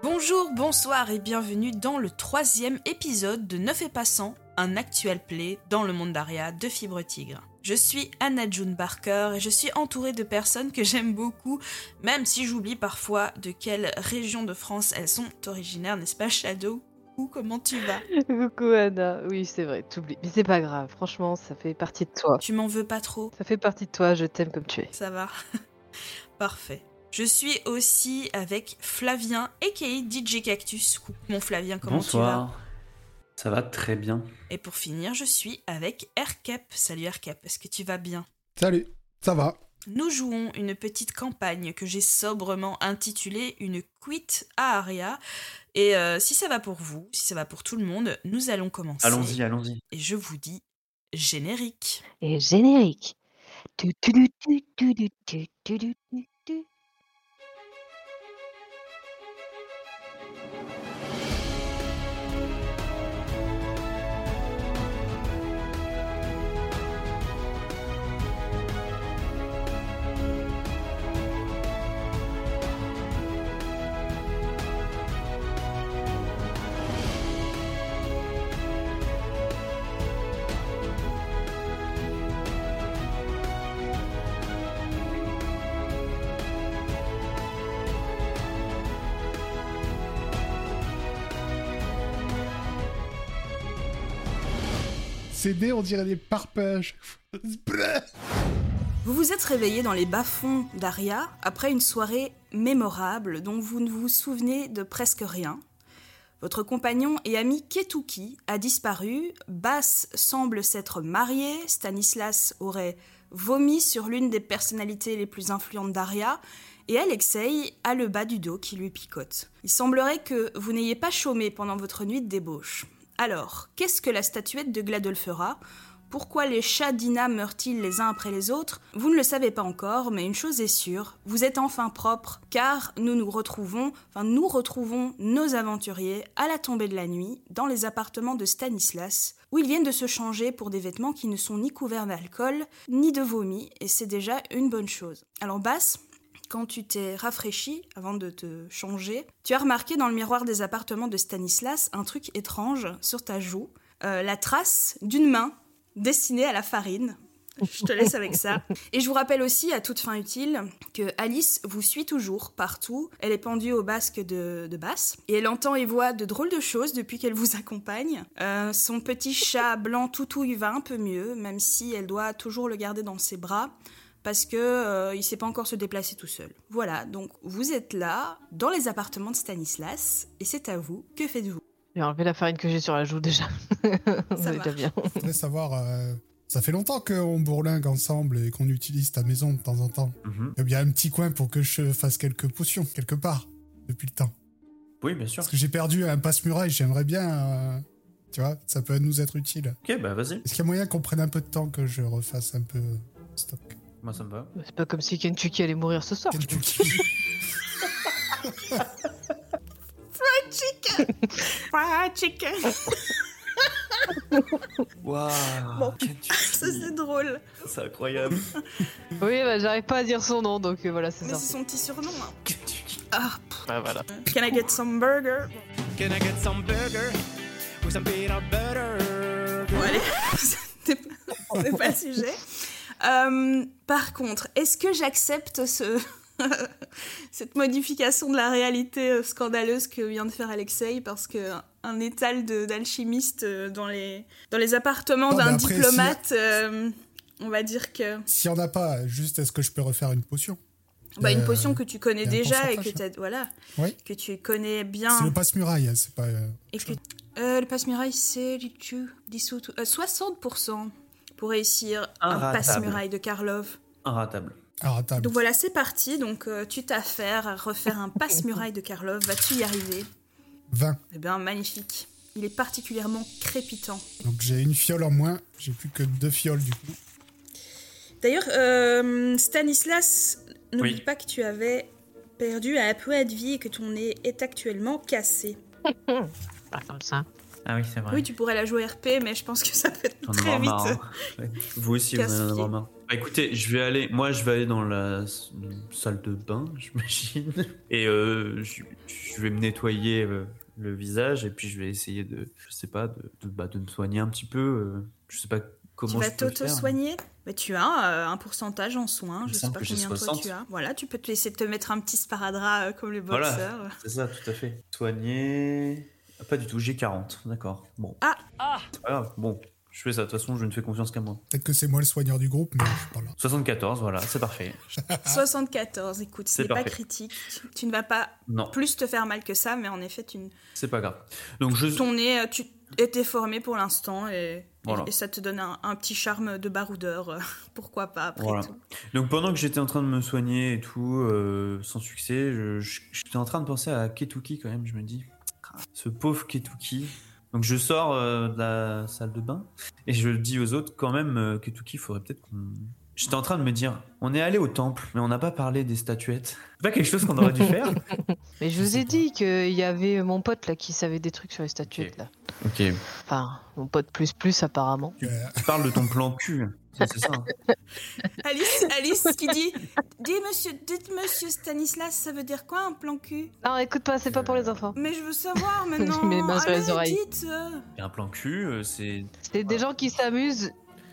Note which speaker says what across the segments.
Speaker 1: Bonjour, bonsoir et bienvenue dans le troisième épisode de Neuf et Passant, un actuel play dans le monde d'Aria de Fibre Tigre. Je suis Anna June Barker et je suis entourée de personnes que j'aime beaucoup, même si j'oublie parfois de quelle région de France elles sont originaires, n'est-ce pas Shadow Ou comment tu vas
Speaker 2: Coucou Anna, oui c'est vrai, t'oublies. Mais c'est pas grave, franchement, ça fait partie de toi.
Speaker 1: Tu m'en veux pas trop
Speaker 2: Ça fait partie de toi, je t'aime comme tu es.
Speaker 1: Ça va. Parfait. Je suis aussi avec Flavien, a.k.a. DJ Cactus. Coucou Mon Flavien, comment tu vas
Speaker 3: Bonsoir. Ça va très bien.
Speaker 1: Et pour finir, je suis avec Erkep. Salut Erkep, est-ce que tu vas bien
Speaker 4: Salut, ça va
Speaker 1: Nous jouons une petite campagne que j'ai sobrement intitulée Une quit à Aria. Et euh, si ça va pour vous, si ça va pour tout le monde, nous allons commencer.
Speaker 3: Allons-y, allons-y.
Speaker 1: Et je vous dis générique.
Speaker 2: Et générique. Tu, tu, tu, tu.
Speaker 4: Ces dés, on dirait des parpages.
Speaker 1: Vous vous êtes réveillé dans les bas-fonds d'Aria après une soirée mémorable dont vous ne vous souvenez de presque rien. Votre compagnon et ami Ketuki a disparu, Bass semble s'être marié, Stanislas aurait vomi sur l'une des personnalités les plus influentes d'Aria, et Alexei a le bas du dos qui lui picote. Il semblerait que vous n'ayez pas chômé pendant votre nuit de débauche. Alors, qu'est-ce que la statuette de Gladol fera pourquoi les chats d'Ina meurent-ils les uns après les autres Vous ne le savez pas encore, mais une chose est sûre, vous êtes enfin propre, car nous nous retrouvons, enfin nous retrouvons nos aventuriers à la tombée de la nuit, dans les appartements de Stanislas, où ils viennent de se changer pour des vêtements qui ne sont ni couverts d'alcool, ni de vomi, et c'est déjà une bonne chose. Alors Basse, quand tu t'es rafraîchi avant de te changer, tu as remarqué dans le miroir des appartements de Stanislas un truc étrange sur ta joue, euh, la trace d'une main destinée à la farine. Je te laisse avec ça. Et je vous rappelle aussi, à toute fin utile, que Alice vous suit toujours, partout. Elle est pendue au basque de, de Basse. Et elle entend et voit de drôles de choses depuis qu'elle vous accompagne. Euh, son petit chat blanc toutouille va un peu mieux, même si elle doit toujours le garder dans ses bras parce que euh, il sait pas encore se déplacer tout seul. Voilà, donc vous êtes là dans les appartements de Stanislas et c'est à vous. Que faites-vous
Speaker 2: J'ai enlevé la farine que j'ai sur la joue déjà.
Speaker 1: Ça
Speaker 2: C'est déjà
Speaker 1: marche.
Speaker 2: bien.
Speaker 4: Je voulais savoir, euh, ça fait longtemps qu'on bourlingue ensemble et qu'on utilise ta maison de temps en temps.
Speaker 3: Mhm.
Speaker 4: Il y a un petit coin pour que je fasse quelques potions, quelque part, depuis le temps.
Speaker 3: Oui, bien sûr.
Speaker 4: Parce que j'ai perdu un passe-muraille, j'aimerais bien... euh, tu vois, ça peut nous être utile.
Speaker 3: Ok, bah vas-y.
Speaker 4: Est-ce qu'il y a moyen qu'on prenne un peu de temps, que je refasse un peu euh, stock
Speaker 3: Moi, ça me va.
Speaker 2: C'est pas comme si Kentucky allait mourir ce soir.
Speaker 4: Quelques kilos.
Speaker 1: Ah, chicken Bon.
Speaker 3: Waouh.
Speaker 1: Ça c'est drôle.
Speaker 3: C'est incroyable.
Speaker 2: Oui, bah, j'arrive pas à dire son nom, donc euh, voilà, c'est
Speaker 1: Mais
Speaker 2: ça.
Speaker 1: c'est son petit surnom. hein.
Speaker 3: Kentucky.
Speaker 1: Ah,
Speaker 2: Bah, voilà.
Speaker 1: pff, can I get some burger
Speaker 5: Can I get some burger with some peanut butter?
Speaker 1: Bon allez, c'était pas- c'est pas le sujet. Euh, par contre, est-ce que j'accepte ce cette modification de la réalité euh, scandaleuse que vient de faire Alexei parce que un étal de- d'alchimiste euh, dans les dans les appartements
Speaker 4: Non, mais
Speaker 1: d'un
Speaker 4: après,
Speaker 1: diplomate, euh, on va dire que
Speaker 4: S'il n'y en a pas, juste est-ce que je peux refaire une potion
Speaker 1: bah, une
Speaker 4: Euh,
Speaker 1: potion que tu connais
Speaker 4: y a un
Speaker 1: déjà et que
Speaker 4: pourcentage, hein.
Speaker 1: t'as- voilà
Speaker 4: Oui.
Speaker 1: que tu connais
Speaker 4: C'est le
Speaker 1: bien
Speaker 4: passe-muraille, hein, c'est pas... euh,
Speaker 1: et que Euh, le passe-muraille c'est du- tu- dissous tout- euh, 60% pour réussir un
Speaker 3: Inratable. Ah,
Speaker 1: passe-muraille de Karlov.
Speaker 3: Inratable.
Speaker 4: Alors ah, attends,
Speaker 1: Donc voilà, c'est parti. Donc euh, tu t'affaires à refaire un passe-muraille de Karlov. Vas-tu y arriver
Speaker 4: 20.
Speaker 1: Eh bien, magnifique. Il est particulièrement crépitant.
Speaker 4: Donc j'ai une fiole en moins, j'ai plus que deux fioles du coup.
Speaker 1: D'ailleurs, euh, Stanislas, n'oublie
Speaker 3: Oui.
Speaker 1: pas que tu avais perdu un peu de vie et que ton nez est actuellement cassé.
Speaker 2: Ah, comme ça.
Speaker 3: Ah oui, c'est vrai.
Speaker 1: Oui, tu pourrais la jouer RP, mais je pense que ça peut être
Speaker 3: On en
Speaker 1: très
Speaker 3: aura
Speaker 1: vite.
Speaker 3: marre, hein. Vous aussi, vous en
Speaker 1: Casse-pied.
Speaker 3: avez marre. Bah, écoutez, je vais aller. Moi, je vais aller dans la s- salle de bain, j'imagine. Et euh, je, je vais me nettoyer euh, le visage et puis je vais essayer de, je sais pas, de, de- bah, de me soigner un petit peu. euh, Je sais pas comment
Speaker 1: tu vas
Speaker 3: je peux le faire.
Speaker 1: t'auto-soigner Mais tu as euh, un pourcentage en soins, je
Speaker 3: Il me
Speaker 1: sais
Speaker 3: semble
Speaker 1: pas
Speaker 3: que j'ai
Speaker 1: combien toi
Speaker 3: 60.
Speaker 1: tu as. Voilà, tu peux te laisser te mettre un petit sparadrap euh, comme les
Speaker 3: Voilà.
Speaker 1: boxeurs.
Speaker 3: C'est ça, tout à fait. Soigner. Ah, pas du tout, j'ai 40, d'accord. Bon.
Speaker 1: Ah.
Speaker 3: C'est pas grave, bon. Je fais ça, de toute façon, je ne fais confiance qu'à moi.
Speaker 4: Peut-être que c'est moi le soigneur du groupe, mais je suis pas là.
Speaker 3: 74, voilà, c'est parfait.
Speaker 1: 74, écoute, ce
Speaker 3: C'est
Speaker 1: n'est pas
Speaker 3: parfait.
Speaker 1: critique. Tu ne vas pas
Speaker 3: Non,
Speaker 1: plus te faire mal que ça, mais en effet, tu, ne-
Speaker 3: c'est pas grave. Donc, je.
Speaker 1: ton nez, euh, tu étais formé pour l'instant et,
Speaker 3: Voilà.
Speaker 1: et ça te donne un, un petit charme de baroudeur. euh, Pourquoi pas, après
Speaker 3: Voilà.
Speaker 1: tout.
Speaker 3: Donc pendant que j'étais en train de me soigner et tout, euh, sans succès, je- je- j'étais en train de penser à Ketuki quand même, je me dis. Ce pauvre Ketuki. Donc je sors euh, de la salle de bain et je dis aux autres quand même, euh, Ketuki, il faudrait peut-être qu'on... J'étais en train de me dire, on est allé au temple, mais on n'a pas parlé des statuettes. C'est pas quelque chose qu'on aurait dû faire
Speaker 2: Mais je
Speaker 3: Je
Speaker 2: vous
Speaker 3: sais
Speaker 2: ai
Speaker 3: pas.
Speaker 2: dit qu'il y avait mon pote là qui savait des trucs sur les statuettes là.
Speaker 3: Ok.
Speaker 2: Enfin, mon pote plus plus apparemment.
Speaker 4: Euh,
Speaker 3: Tu parles de ton plan cul, c'est c'est ça. hein.
Speaker 1: Alice, Alice qui dit Dis monsieur, dites monsieur Stanislas, ça veut dire quoi un plan cul
Speaker 2: Non, écoute pas, c'est pas pour les enfants.
Speaker 1: Mais je veux savoir maintenant.
Speaker 2: mets les mains sur les
Speaker 1: Allez,
Speaker 2: oreilles.
Speaker 1: dites, euh.
Speaker 3: Et un plan cul, euh, c'est...
Speaker 2: C'est des gens qui s'amusent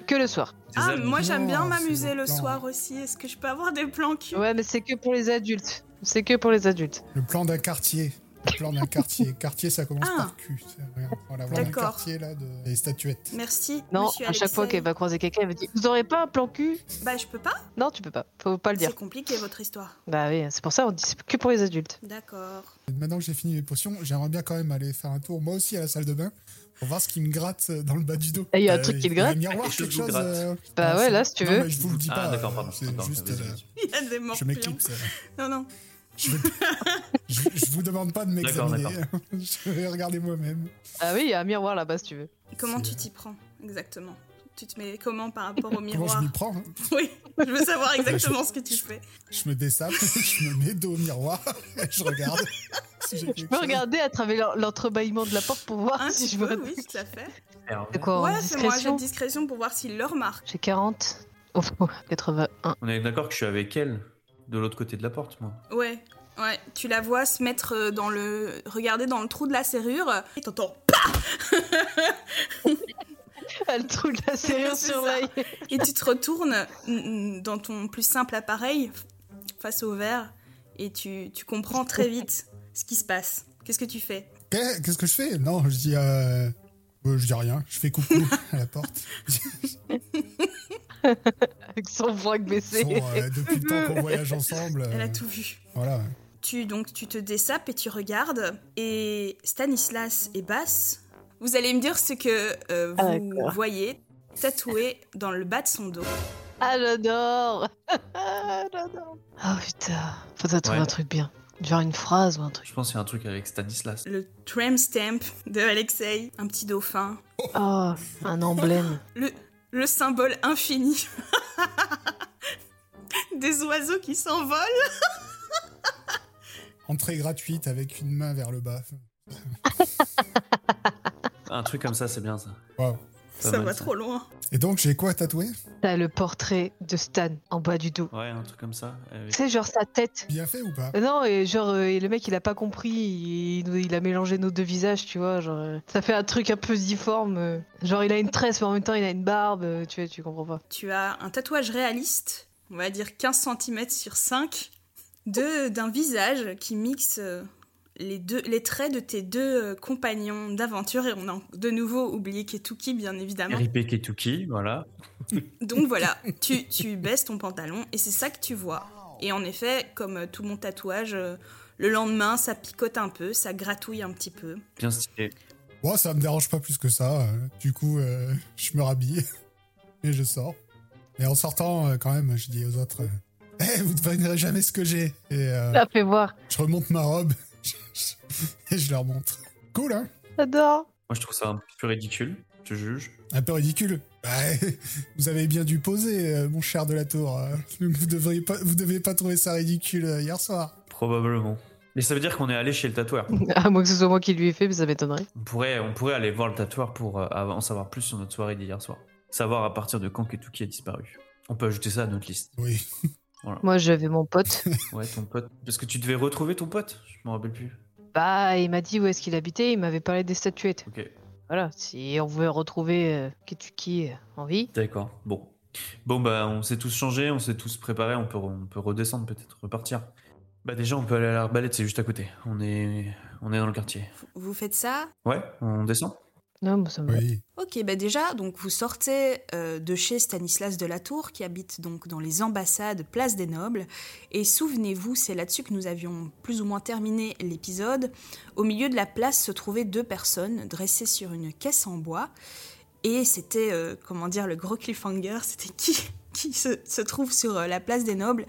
Speaker 2: que le soir.
Speaker 3: des
Speaker 1: Ah,
Speaker 3: amis.
Speaker 1: moi j'aime bien
Speaker 4: Non, hein, c'est
Speaker 1: m'amuser
Speaker 4: des
Speaker 1: le
Speaker 4: plans.
Speaker 1: soir aussi. Est-ce que je peux avoir des plans cul
Speaker 2: Ouais, mais c'est que pour les adultes. C'est que pour les adultes.
Speaker 4: le plan d'un quartier. Le plan d'un quartier. Quartier, ça commence
Speaker 1: Ah.
Speaker 4: par cul. c'est- regarde, Voilà, voilà un
Speaker 1: D'accord.
Speaker 4: quartier là de... des statuettes.
Speaker 1: Merci.
Speaker 2: Non,
Speaker 1: monsieur
Speaker 2: à chaque fois
Speaker 1: Alexei.
Speaker 2: qu'elle va croiser quelqu'un, elle me dit Vous aurez pas un plan cul
Speaker 1: Bah, je peux pas.
Speaker 2: Non, tu peux pas. Faut pas le dire.
Speaker 1: C'est compliqué votre histoire.
Speaker 2: Bah oui, c'est pour ça on dit c'est que pour les adultes.
Speaker 1: D'accord.
Speaker 4: Maintenant que j'ai fini mes potions, j'aimerais bien quand même aller faire un tour moi aussi à la salle de bain pour voir ce qui me gratte dans le bas du dos.
Speaker 2: Et il y a un
Speaker 4: Euh,
Speaker 2: truc qui te
Speaker 4: il y a
Speaker 2: gratte
Speaker 4: Un miroir,
Speaker 3: Quelque chose
Speaker 4: quelque
Speaker 3: vous
Speaker 4: chose.
Speaker 3: gratte.
Speaker 4: euh,
Speaker 2: Bah ouais,
Speaker 4: c'est-
Speaker 2: là, si tu
Speaker 4: Non,
Speaker 2: veux.
Speaker 4: mais je vous le dis pas.
Speaker 3: Ah d'accord,
Speaker 4: euh,
Speaker 3: pardon.
Speaker 4: c'est
Speaker 3: D'accord,
Speaker 4: juste,
Speaker 3: désolé.
Speaker 4: euh,
Speaker 1: Il y a des
Speaker 4: je
Speaker 1: morpions.
Speaker 4: m'éclipse. euh.
Speaker 1: Non, non.
Speaker 4: Je, vais- je, je vous demande pas de
Speaker 3: D'accord,
Speaker 4: m'examiner. Je vais regarder moi-même.
Speaker 2: Ah oui, il y a un miroir là-bas si tu veux.
Speaker 1: Comment
Speaker 4: C'est-
Speaker 1: tu t'y prends exactement Tu te mets comment par rapport au
Speaker 4: Comment je
Speaker 1: miroir
Speaker 4: m'y prends hein
Speaker 1: Oui, je veux savoir exactement ce que tu fais.
Speaker 4: Je me dessape, je me mets dos au miroir, et je regarde. si j'ai
Speaker 2: Je
Speaker 4: quelque
Speaker 2: peux
Speaker 4: chose.
Speaker 2: regarder à travers l'en- l'entrebâillement de la porte pour voir
Speaker 1: Un
Speaker 2: si
Speaker 1: petit
Speaker 2: je vois.
Speaker 1: peu, Ah, oui, tout à fait.
Speaker 2: C'est quoi en
Speaker 1: ouais, c'est moi, j'ai
Speaker 2: discrétion
Speaker 1: de discrétion pour voir s'il le remarque.
Speaker 2: J'ai 40. Oh, 81.
Speaker 3: On est d'accord que je suis avec elle, de l'autre côté de la porte, moi.
Speaker 1: Ouais, ouais. Tu la vois se mettre euh, dans le. Regarder dans le trou de la serrure. euh, Et t'entends. pa-
Speaker 2: Elle trouve la serrure
Speaker 1: C'est
Speaker 2: sur
Speaker 1: ça.
Speaker 2: l'œil.
Speaker 1: Et tu te retournes mm, mm, dans ton plus simple appareil, face au verre. Et tu, tu comprends très vite ce qui se passe. Qu'est-ce que tu fais
Speaker 4: Qu'est- Qu'est-ce que je fais Non, je dis. euh, euh, je dis rien, je fais coucou à la porte.
Speaker 2: Avec son froc baissé.
Speaker 4: Bon, euh, depuis le temps qu'on voyage ensemble.
Speaker 1: Elle a
Speaker 4: euh,
Speaker 1: tout vu.
Speaker 4: Voilà.
Speaker 1: Tu donc tu te dessapes et tu regardes et Stanislas et Bass, vous allez me dire ce que euh,
Speaker 2: Ah,
Speaker 1: vous
Speaker 2: d'accord.
Speaker 1: voyez tatoué dans le bas de son dos.
Speaker 2: Ah, j'adore Ah, j'adore Oh putain, faut t'as trouvé
Speaker 3: Ouais.
Speaker 2: un truc bien. Genre une phrase ou un truc.
Speaker 3: Je pense qu'il y a un truc avec Stanislas.
Speaker 1: Le tram stamp de Alexei, un petit dauphin,
Speaker 2: Oh, un emblème.
Speaker 1: le, le symbole infini. Des oiseaux qui s'envolent.
Speaker 4: Entrée gratuite avec une main vers le bas.
Speaker 3: Un truc comme ça, c'est bien ça.
Speaker 4: Waouh.
Speaker 1: Ça
Speaker 3: mal,
Speaker 1: va
Speaker 3: ça.
Speaker 1: trop loin.
Speaker 4: Et donc, j'ai quoi tatoué
Speaker 2: T'as le portrait de Stan en bas du dos.
Speaker 3: Ouais, un truc comme ça. avec-
Speaker 2: Tu sais, genre sa tête.
Speaker 4: Bien fait ou pas
Speaker 2: Euh, Non, et genre, euh, et le mec, il a pas compris, il, il- il a mélangé nos deux visages, tu vois, genre, euh, ça fait un truc un peu difforme, euh. genre, il a une tresse, mais en même temps, il a une barbe, euh, tu vois, tu comprends pas.
Speaker 1: Tu as un tatouage réaliste, on va dire 15 cm sur 5, de- d'un visage qui mixe euh, les, deux, les traits de tes deux euh, compagnons d'aventure. Et on a de nouveau oublié Ketuki, bien évidemment.
Speaker 3: RIP Ketuki, voilà.
Speaker 1: Donc voilà, tu, tu baisses ton pantalon et c'est ça que tu vois. Et en effet, comme euh, tout mon tatouage, euh, le lendemain, ça picote un peu, ça gratouille un petit peu.
Speaker 3: Bien stylé.
Speaker 4: Bon, ça me dérange pas plus que ça. euh, Du coup, euh, je me rhabille et je sors. Et en sortant, euh, quand même, je dis aux autres euh, Eh, vous ne devinerez jamais ce que j'ai Et euh,
Speaker 2: Ça fait voir,
Speaker 4: je remonte ma robe je- je- et je leur montre. Cool, hein
Speaker 2: j'adore.
Speaker 3: Moi, je trouve ça un peu ridicule, je juge.
Speaker 4: Un peu ridicule. Bah, vous avez bien dû poser, euh, mon cher de la tour. euh. Vous ne devriez pas, vous deviez pas trouver ça ridicule euh, hier soir.
Speaker 3: Probablement. Mais ça veut dire qu'on est allé chez le tatoueur.
Speaker 2: À moins que ce soit moi qui lui ai fait, mais ça m'étonnerait.
Speaker 3: On pourrait, on pourrait aller voir le tatoueur pour euh, av- en savoir plus sur notre soirée d'hier soir. Savoir à partir de quand Ketuki a disparu. On peut ajouter ça à notre liste.
Speaker 4: Oui.
Speaker 2: Moi, j'avais mon pote.
Speaker 3: Ouais, ton pote. Parce que tu devais retrouver ton pote. Je m'en rappelle plus.
Speaker 2: Bah, il m'a dit où est-ce qu'il habitait, il m'avait parlé des statuettes.
Speaker 3: Ok.
Speaker 2: Voilà, si on veut retrouver euh, Ketuki euh, en vie.
Speaker 3: D'accord. Bon. Bon, bah, on s'est tous changés, on s'est tous préparés. On peut, on peut redescendre, peut-être repartir. Bah, déjà, on peut aller à l'arbalète, c'est juste à côté. On est, on est dans le quartier.
Speaker 1: Vous faites ça
Speaker 3: Ouais, on descend
Speaker 2: Non, bon, ça me va.
Speaker 4: Oui.
Speaker 1: Ok, bah déjà, donc vous sortez euh, de chez Stanislas de la Tour, qui habite donc dans les ambassades Place des Nobles. Et souvenez-vous, c'est là-dessus que nous avions plus ou moins terminé l'épisode. Au milieu de la place se trouvaient deux personnes dressées sur une caisse en bois. Et c'était, euh, comment dire, le gros cliffhanger, c'était qui, qui se, se trouve sur euh, la Place des Nobles.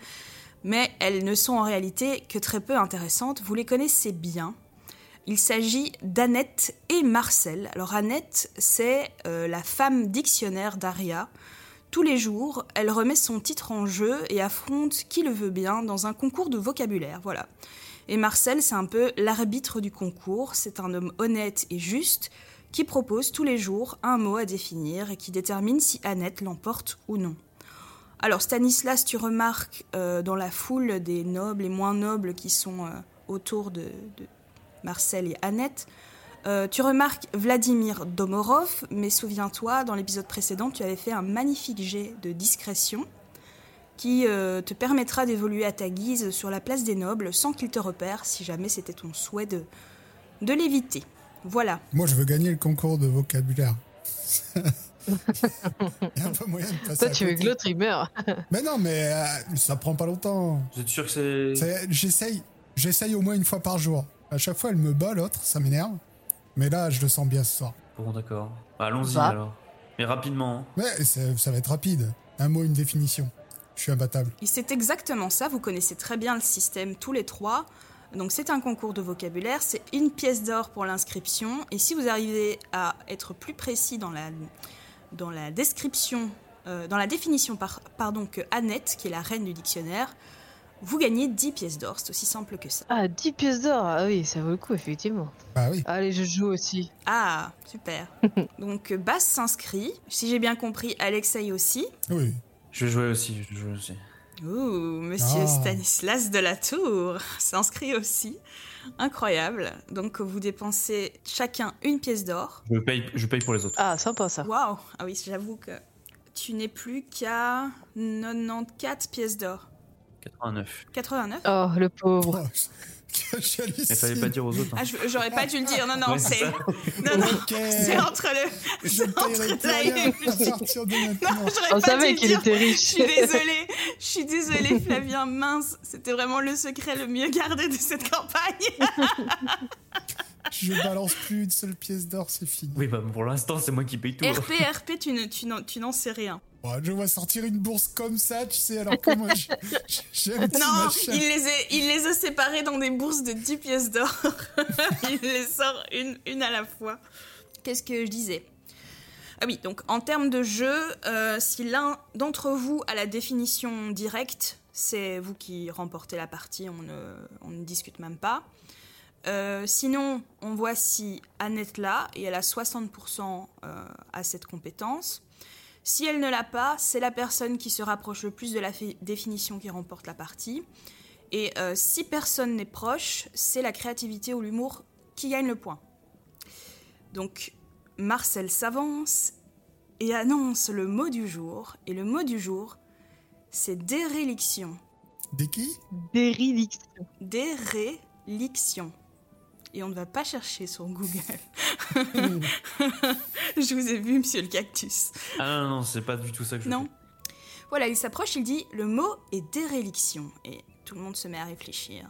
Speaker 1: Mais elles ne sont en réalité que très peu intéressantes, vous les connaissez bien. Il s'agit d'Annette et Marcel. Alors Annette, c'est euh, la femme dictionnaire d'Aria. Tous les jours, elle remet son titre en jeu et affronte qui le veut bien dans un concours de vocabulaire, voilà. Et Marcel, c'est un peu l'arbitre du concours, c'est un homme honnête et juste qui propose tous les jours un mot à définir et qui détermine si Annette l'emporte ou non. Alors Stanislas, tu remarques euh, dans la foule des nobles et moins nobles qui sont euh, autour de- de, Marcel et Annette. Euh, tu remarques Vladimir Domorov, mais souviens-toi, dans l'épisode précédent, tu avais fait un magnifique jet de discrétion qui euh, te permettra d'évoluer à ta guise sur la place des nobles sans qu'ils te repèrent, si jamais c'était ton souhait de, de l'éviter. Voilà.
Speaker 4: Moi, je veux gagner le concours de vocabulaire. Il y a pas moyen de passer
Speaker 2: Toi,
Speaker 4: à
Speaker 2: tu veux
Speaker 4: côté.
Speaker 2: que l'autre il meure.
Speaker 4: Mais non, mais euh, ça prend pas longtemps.
Speaker 3: Vous êtes sûr que c'est.
Speaker 4: C'est- J'essaye, j'essaye au moins une fois par jour. À chaque fois, elle me bat l'autre, ça m'énerve. Mais là, je le sens bien ce soir.
Speaker 3: Bon, d'accord. Bah, Allons-y
Speaker 2: Va.
Speaker 3: alors. Mais rapidement. hein.
Speaker 4: Ouais, c'est- ça va être rapide. Un mot, une définition. Je suis imbattable.
Speaker 1: Et c'est exactement ça, vous connaissez très bien le système tous les trois. Donc c'est un concours de vocabulaire, c'est une pièce d'or pour l'inscription, et si vous arrivez à être plus précis dans la, dans la description, euh, dans la définition par, pardon, que Annette, qui est la reine du dictionnaire, vous gagnez 10 pièces d'or, c'est aussi simple que ça.
Speaker 2: Ah, 10 pièces d'or. Ah oui, ça vaut le coup, effectivement.
Speaker 4: Bah oui.
Speaker 2: Allez, je joue aussi.
Speaker 1: Ah, super. Donc Basse s'inscrit, si j'ai bien compris, Alexei aussi.
Speaker 4: Oui.
Speaker 3: Je vais jouer aussi. Je vais jouer aussi.
Speaker 1: Ouh, monsieur
Speaker 4: Ah.
Speaker 1: Stanislas de la Tour s'inscrit aussi. Incroyable. Donc vous dépensez chacun une pièce d'or.
Speaker 3: Je paye, je paye pour les autres.
Speaker 2: Ah, sympa ça.
Speaker 1: Waouh Ah oui, j'avoue que tu n'es plus qu'à 94 pièces d'or.
Speaker 3: 89.
Speaker 1: 89
Speaker 2: Oh, le pauvre.
Speaker 4: Oh, je- j'hallucine.
Speaker 3: Il fallait pas dire aux autres. hein.
Speaker 1: Ah, je- j'aurais pas dû le dire. Non, non,
Speaker 3: Ouais, c'est
Speaker 1: c'est.
Speaker 3: ça.
Speaker 1: Non, non,
Speaker 4: Ok.
Speaker 1: c'est entre le.
Speaker 4: Je ne paierai
Speaker 1: entre
Speaker 4: plus
Speaker 1: la
Speaker 4: rien
Speaker 1: et le-
Speaker 4: à partir de maintenant.
Speaker 1: Non, j'aurais pas
Speaker 2: On
Speaker 1: dû
Speaker 2: savait
Speaker 1: le
Speaker 2: qu'il
Speaker 1: dire.
Speaker 2: était
Speaker 1: Je
Speaker 2: riche.
Speaker 1: suis désolée. Je suis désolée, Flavien. Mince, c'était vraiment le secret le mieux gardé de cette campagne.
Speaker 4: Je balance plus une seule pièce d'or, c'est fini.
Speaker 3: Oui, bah pour l'instant, c'est moi qui paye tout. hein.
Speaker 1: RP, RP, tu ne- tu n'en- tu n'en sais rien.
Speaker 4: Bon, Oh, je vois sortir une bourse comme ça, tu sais, alors que moi, je- je- j'aime petit
Speaker 1: Non,
Speaker 4: machin.
Speaker 1: il les, a, il les a séparés dans des bourses de 10 pièces d'or. il les sort une, une à la fois. Qu'est-ce que je disais Ah oui, donc en termes de jeu, euh, si l'un d'entre vous a la définition directe, c'est vous qui remportez la partie, on ne, on ne discute même pas. Euh, sinon, on voit si Annette l'a, et elle a 60% euh, à cette compétence. Si elle ne l'a pas, c'est la personne qui se rapproche le plus de la fi- définition qui remporte la partie. Et euh, si personne n'est proche, c'est la créativité ou l'humour qui gagne le point. Donc Marcel s'avance et annonce le mot du jour. Et le mot du jour, c'est déréliction.
Speaker 4: Des qui
Speaker 2: Dérilix.
Speaker 1: Déréliction. Et on ne va pas chercher sur Google. Je vous ai vu, monsieur le cactus.
Speaker 3: Ah non, non, c'est pas du tout ça que je
Speaker 1: Non.
Speaker 3: fais.
Speaker 1: Voilà, il s'approche, il dit le mot est déréliction. Et tout le monde se met à réfléchir.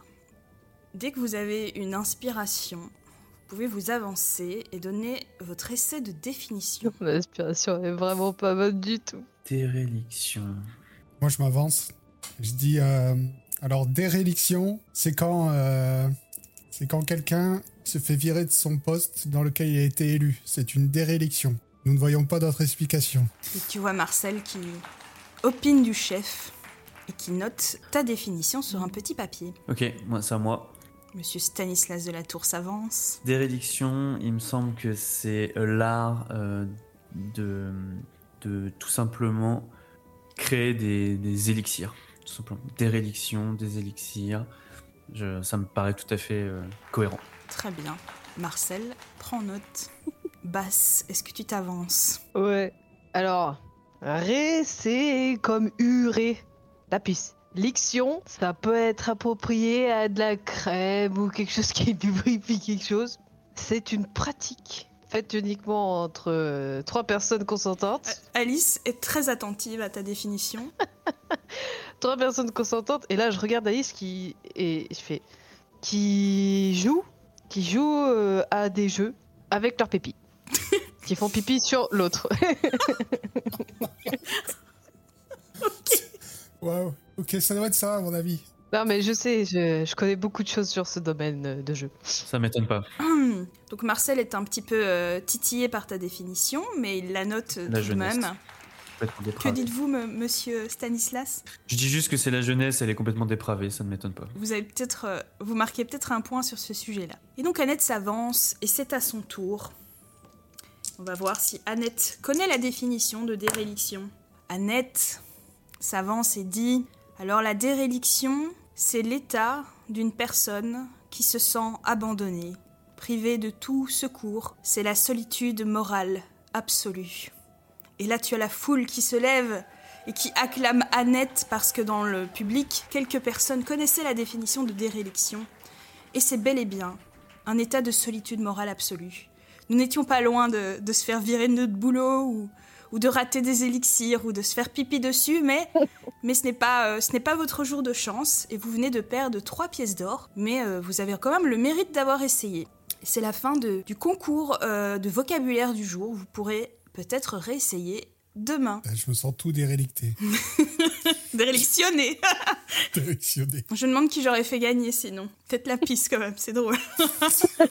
Speaker 1: Dès que vous avez une inspiration, vous pouvez vous avancer et donner votre essai de définition.
Speaker 2: Mon aspiration est vraiment pas bonne du tout.
Speaker 3: Déréliction.
Speaker 4: Moi, je m'avance. Je dis. euh, alors, déréliction, c'est quand. euh, c'est quand quelqu'un se fait virer de son poste dans lequel il a été élu. C'est une déréliction. Nous ne voyons pas d'autre explication.
Speaker 1: Et tu vois Marcel qui opine du chef et qui note ta définition sur un petit papier.
Speaker 3: Ok, moi, c'est à moi.
Speaker 1: Monsieur Stanislas de la Tour s'avance.
Speaker 3: Dérédiction, il me semble que c'est euh, l'art euh, de, de tout simplement créer des, des élixirs. Tout simplement. Dérédiction, des élixirs. Je- ça me paraît tout à fait euh, cohérent.
Speaker 1: Très bien. Marcel, prends note. Basse, est-ce que tu t'avances
Speaker 2: Ouais. Alors, ré, c'est comme huré. Lapis. Lixion, ça peut être approprié à de la crème ou quelque chose qui lubrifie quelque chose. C'est une pratique faite uniquement entre euh, trois personnes
Speaker 1: Euh,
Speaker 2: consentantes.
Speaker 1: Alice est très attentive à ta définition.
Speaker 2: Trois personnes consentantes. Et là, je regarde Alice qui et je fais qui joue, qui joue euh, à des jeux avec leur pipi, qui font pipi sur l'autre.
Speaker 4: Waouh. Ok, ça doit être ça, à mon avis.
Speaker 2: Non, mais je sais, je, je connais beaucoup de choses sur ce domaine euh, de jeu.
Speaker 3: Ça m'étonne pas.
Speaker 1: Hum. Donc Marcel est un petit peu euh, titillé par ta définition, mais il la note euh, tout
Speaker 3: La
Speaker 1: de
Speaker 3: jeunesse.
Speaker 1: même.
Speaker 3: Complètement
Speaker 1: Que
Speaker 3: dépravé.
Speaker 1: dites-vous, me- monsieur Stanislas
Speaker 3: Je dis juste que c'est la jeunesse, elle est complètement dépravée, ça ne m'étonne pas.
Speaker 1: Vous avez peut-être, euh, vous marquez peut-être un point sur ce sujet-là. Et donc Annette s'avance et c'est à son tour. On va voir si Annette connaît la définition de déréliction. Annette s'avance et dit Alors la déréliction, c'est l'état d'une personne qui se sent abandonnée, privée de tout secours. C'est la solitude morale absolue. Et là, tu as la foule qui se lève et qui acclame Annette parce que dans le public, quelques personnes connaissaient la définition de déréliction. Et c'est bel et bien un état de solitude morale absolue. Nous n'étions pas loin de, de se faire virer de notre boulot ou, ou de rater des élixirs ou de se faire pipi dessus, mais, mais ce n'est pas, euh, ce n'est pas votre jour de chance et vous venez de perdre trois pièces d'or, mais euh, vous avez quand même le mérite d'avoir essayé. C'est la fin de- du concours euh, de vocabulaire du jour. Vous pourrez peut-être réessayer demain.
Speaker 4: Putain, Ben, Je me sens tout dérélicté.
Speaker 1: Dérélictionné
Speaker 4: Dérélictionné.
Speaker 1: Je me demande qui j'aurais fait gagner sinon. Peut-être la piste quand même, c'est drôle.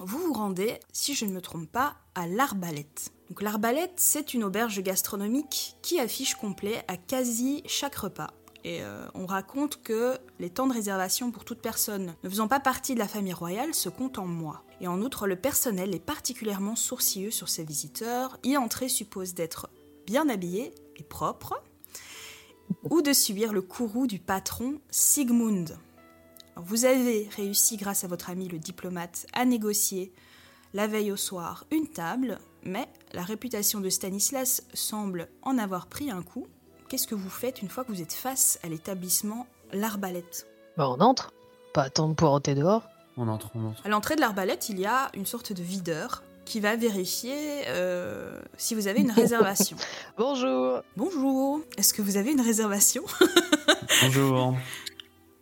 Speaker 1: vous vous rendez, si je ne me trompe pas, à l'Arbalète. Donc l'Arbalète, c'est une auberge gastronomique qui affiche complet à quasi chaque repas. Et euh, on raconte que les temps de réservation pour toute personne ne faisant pas partie de la famille royale se comptent en mois. Et en outre, le personnel est particulièrement sourcilleux sur ses visiteurs. Y entrer suppose d'être bien habillé et propre, ou de subir le courroux du patron Sigmund. Alors, vous avez réussi, grâce à votre ami le diplomate, à négocier la veille au soir une table, mais la réputation de Stanislas semble en avoir pris un coup. Qu'est-ce que vous faites une fois que vous êtes face à l'établissement L'Arbalète
Speaker 2: Bah, on entre. Pas attendre pour entrer dehors.
Speaker 3: On entre, on entre.
Speaker 1: À l'entrée de l'Arbalète, il y a une sorte de videur qui va vérifier euh, si vous avez une réservation.
Speaker 2: Bonjour.
Speaker 1: Bonjour, est-ce que vous avez une réservation
Speaker 3: Bonjour.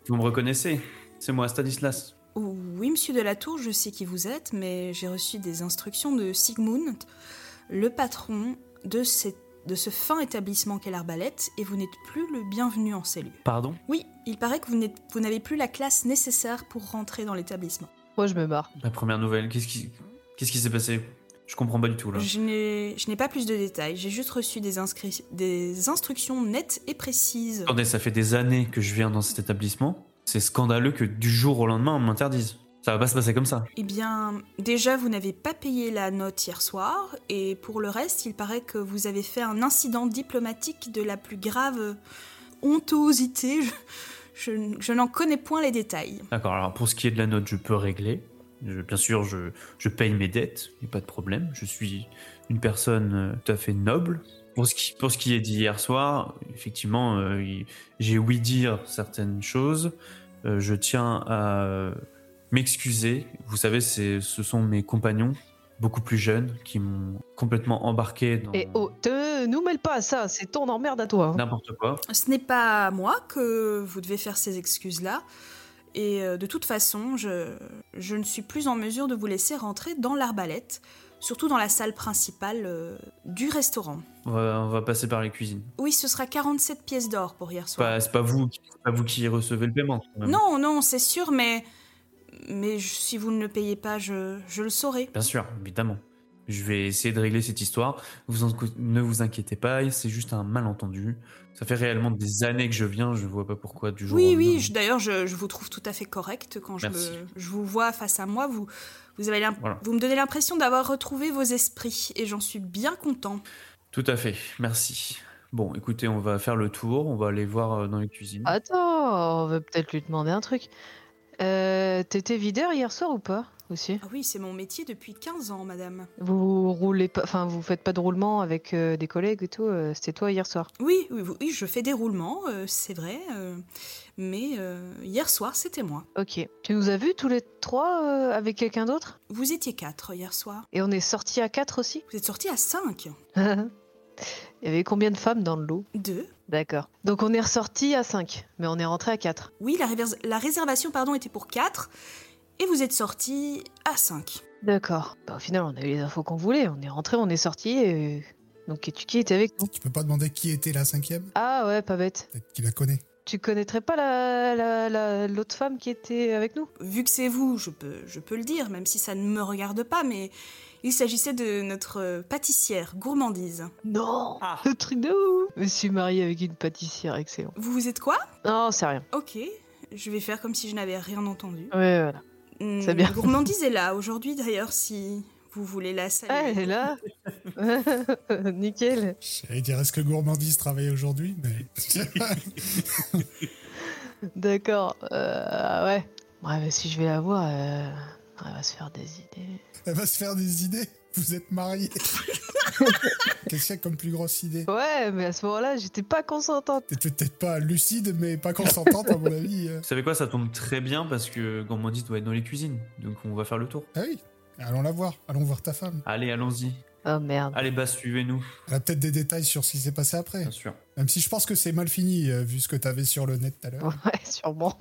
Speaker 3: Vous me reconnaissez C'est moi, Stanislas.
Speaker 1: Oui, monsieur de la Tour, je sais qui vous êtes, mais j'ai reçu des instructions de Sigmund, le patron de, cette- de ce fin établissement qu'est l'arbalète, et vous n'êtes plus le bienvenu en ces lieux.
Speaker 3: Pardon
Speaker 1: Oui, il paraît que vous n'êtes- vous n'avez plus la classe nécessaire pour rentrer dans l'établissement.
Speaker 2: Moi, je me barre.
Speaker 3: La première nouvelle, qu'est-ce qui qu'est-ce qui s'est passé Je comprends pas du tout là.
Speaker 1: Je n'ai je n'ai pas plus de détails, j'ai juste reçu des, inscri- des instructions nettes et précises.
Speaker 3: Attendez, ça fait des années que je viens dans cet établissement. C'est scandaleux que du jour au lendemain on m'interdise. Ça va pas se passer comme ça.
Speaker 1: Eh bien, déjà, vous n'avez pas payé la note hier soir, et pour le reste, il paraît que vous avez fait un incident diplomatique de la plus grave hontosité. Je, je- je n'en connais point les détails.
Speaker 3: D'accord, alors pour ce qui est de la note, je peux régler. Je- bien sûr, je, je paye mes dettes, il n'y a pas de problème. Je suis une personne euh, tout à fait noble. Pour ce qui, pour ce qui est d'hier soir, effectivement, euh, il- j'ai ouï dire certaines choses. Euh, je tiens à euh, m'excuser. Vous savez, c'est, ce sont mes compagnons, beaucoup plus jeunes, qui m'ont complètement embarqué dans
Speaker 2: Et oh, te nous mêle pas à ça. C'est ton emmerde à toi. hein.
Speaker 3: n'importe quoi.
Speaker 1: Ce n'est pas à moi que vous devez faire ces excuses-là, et euh, de toute façon, je, je ne suis plus en mesure de vous laisser rentrer dans l'arbalète, surtout dans la salle principale euh, du restaurant.
Speaker 3: On va, on va passer par les cuisines.
Speaker 1: Oui, ce sera 47 pièces d'or pour hier
Speaker 3: C'est
Speaker 1: soir.
Speaker 3: pas, c'est pas vous, qui- c'est pas vous qui recevez le paiement. quand même.
Speaker 1: Non, non, c'est sûr, mais. Mais je- si vous ne le payez pas, je, je le saurai.
Speaker 3: Bien sûr, évidemment. Je- Je vais essayer de régler cette histoire. Vous en- ne vous inquiétez pas, c'est juste un malentendu. Ça fait réellement des années que je viens, je vois pas pourquoi du jour au
Speaker 1: Oui,
Speaker 3: lendemain.
Speaker 1: oui, je- d'ailleurs, je, je vous trouve tout à fait correct quand je,
Speaker 3: Merci.
Speaker 1: me- je vous vois face à moi. Vous, vous, avez l'imp-
Speaker 3: Voilà.
Speaker 1: vous me donnez l'impression d'avoir retrouvé vos esprits et j'en suis bien content.
Speaker 3: Tout à fait, merci. Bon, écoutez, on va faire le tour, on va aller voir euh, dans les cuisines.
Speaker 1: Ah.
Speaker 2: Attends, on va peut-être lui demander un truc. Euh, T'étais videur hier soir ou pas aussi
Speaker 1: Ah oui, c'est mon métier depuis 15 ans, madame.
Speaker 2: Vous roulez pas, enfin vous faites pas de roulement avec euh, des collègues et tout. euh, C'était toi hier soir.
Speaker 1: Oui, oui, oui, je fais des roulements, euh, c'est vrai. euh, mais euh, hier soir, c'était moi.
Speaker 2: Ok. Tu nous as vus tous les trois euh, avec quelqu'un d'autre
Speaker 1: Vous étiez quatre hier soir.
Speaker 2: Et on est sortis à quatre aussi.
Speaker 1: Vous êtes sortis à 5.
Speaker 2: Il y avait combien de femmes dans le lot
Speaker 1: Deux.
Speaker 2: D'accord. Donc on est ressortis à cinq, mais on est rentré à quatre.
Speaker 1: Oui, la, révers- la réservation pardon, était pour 4. Et vous êtes sortis à 5.
Speaker 2: D'accord. Bah, au final, on a eu les infos qu'on voulait. On est rentré, on est sorti. Et... euh, Donc Ketuki était avec nous.
Speaker 4: Tu peux pas demander qui était la cinquième
Speaker 2: Ah ouais, pas bête.
Speaker 4: Peut-être qu'il la connaît.
Speaker 2: Tu connaîtrais pas la la- la- l'autre femme qui était avec nous
Speaker 1: Vu que c'est vous, je peux, je peux le dire, même si ça ne me regarde pas, mais il s'agissait de notre euh, pâtissière gourmandise.
Speaker 2: Non
Speaker 3: Ah.
Speaker 2: Le truc de ouf Je suis mariée avec une pâtissière, excellent.
Speaker 1: Vous vous êtes quoi
Speaker 2: Non, c'est rien.
Speaker 1: Ok, je vais faire comme si je n'avais rien entendu.
Speaker 2: Ouais, voilà.
Speaker 1: Hmm,
Speaker 2: c'est bien.
Speaker 1: Gourmandise est là aujourd'hui d'ailleurs, si vous voulez la saluer.
Speaker 2: Ah, elle est là Nickel
Speaker 4: J'allais dire, est-ce que Gourmandise travaille aujourd'hui Mais
Speaker 2: D'accord. Euh, ouais. Ouais, mais si je vais la voir, euh, elle va se faire des idées.
Speaker 4: elle va se faire des idées. Vous êtes mariés. Qu'est-ce qu'il y a comme plus grosse idée
Speaker 2: Ouais, mais à ce moment-là, j'étais pas consentante.
Speaker 4: T'es peut-être pas lucide, mais pas consentante, à mon avis. euh.
Speaker 3: Vous savez quoi, ça tombe très bien parce que Gourmandise doit être dans les cuisines, donc on va faire le tour.
Speaker 4: Ah oui, allons la voir. Allons voir ta femme.
Speaker 3: Allez, allons-y.
Speaker 2: Oh merde.
Speaker 3: Allez, bah, suivez-nous,
Speaker 4: Elle a peut-être des détails sur ce qui s'est passé après.
Speaker 3: bien sûr.
Speaker 4: Même si je pense que c'est mal fini, euh, vu ce que t'avais sur le net tout à l'heure.
Speaker 2: Ouais, sûrement.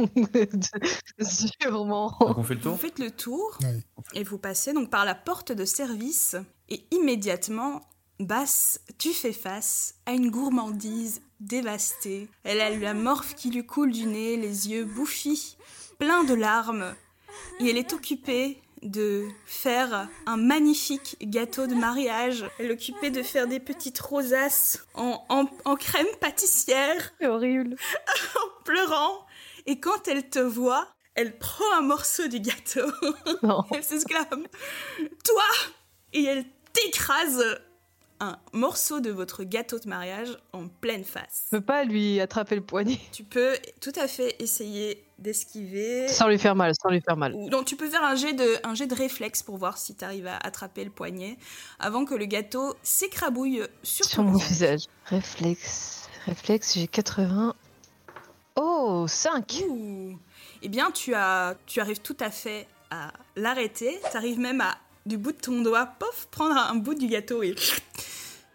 Speaker 2: sûrement.
Speaker 3: Donc on fait le
Speaker 1: Vous
Speaker 3: tour
Speaker 1: faites le tour
Speaker 4: Ouais.
Speaker 1: et vous passez donc par la porte de service et immédiatement, Basse, tu fais face à une gourmandise dévastée. Elle a la morphe qui lui coule du nez, les yeux bouffis, pleins de larmes et elle est occupée de faire un magnifique gâteau de mariage. Elle est occupée de faire des petites rosaces en- en- en crème pâtissière
Speaker 2: C'est horrible.
Speaker 1: pleurant. Et quand elle te voit, elle prend un morceau du gâteau.
Speaker 2: Non.
Speaker 1: elle s'exclame Toi Et elle t'écrase un morceau de votre gâteau de mariage en pleine face.
Speaker 2: Je peux pas lui attraper le poignet.
Speaker 1: Tu peux tout à fait essayer d'esquiver.
Speaker 2: Sans lui faire mal, sans lui faire mal.
Speaker 1: Ou, non, tu peux faire un jet, de, un jet de réflexe pour voir si tu arrives à attraper le poignet avant que le gâteau s'écrabouille sur,
Speaker 2: Sur
Speaker 1: ton
Speaker 2: mon visage. Réflexe. Réflexe, j'ai 80. Oh, 5
Speaker 1: Ouh. Eh bien, tu, as, tu arrives tout à fait à l'arrêter. Tu arrives même à, du bout de ton doigt, pof, prendre un bout du gâteau et...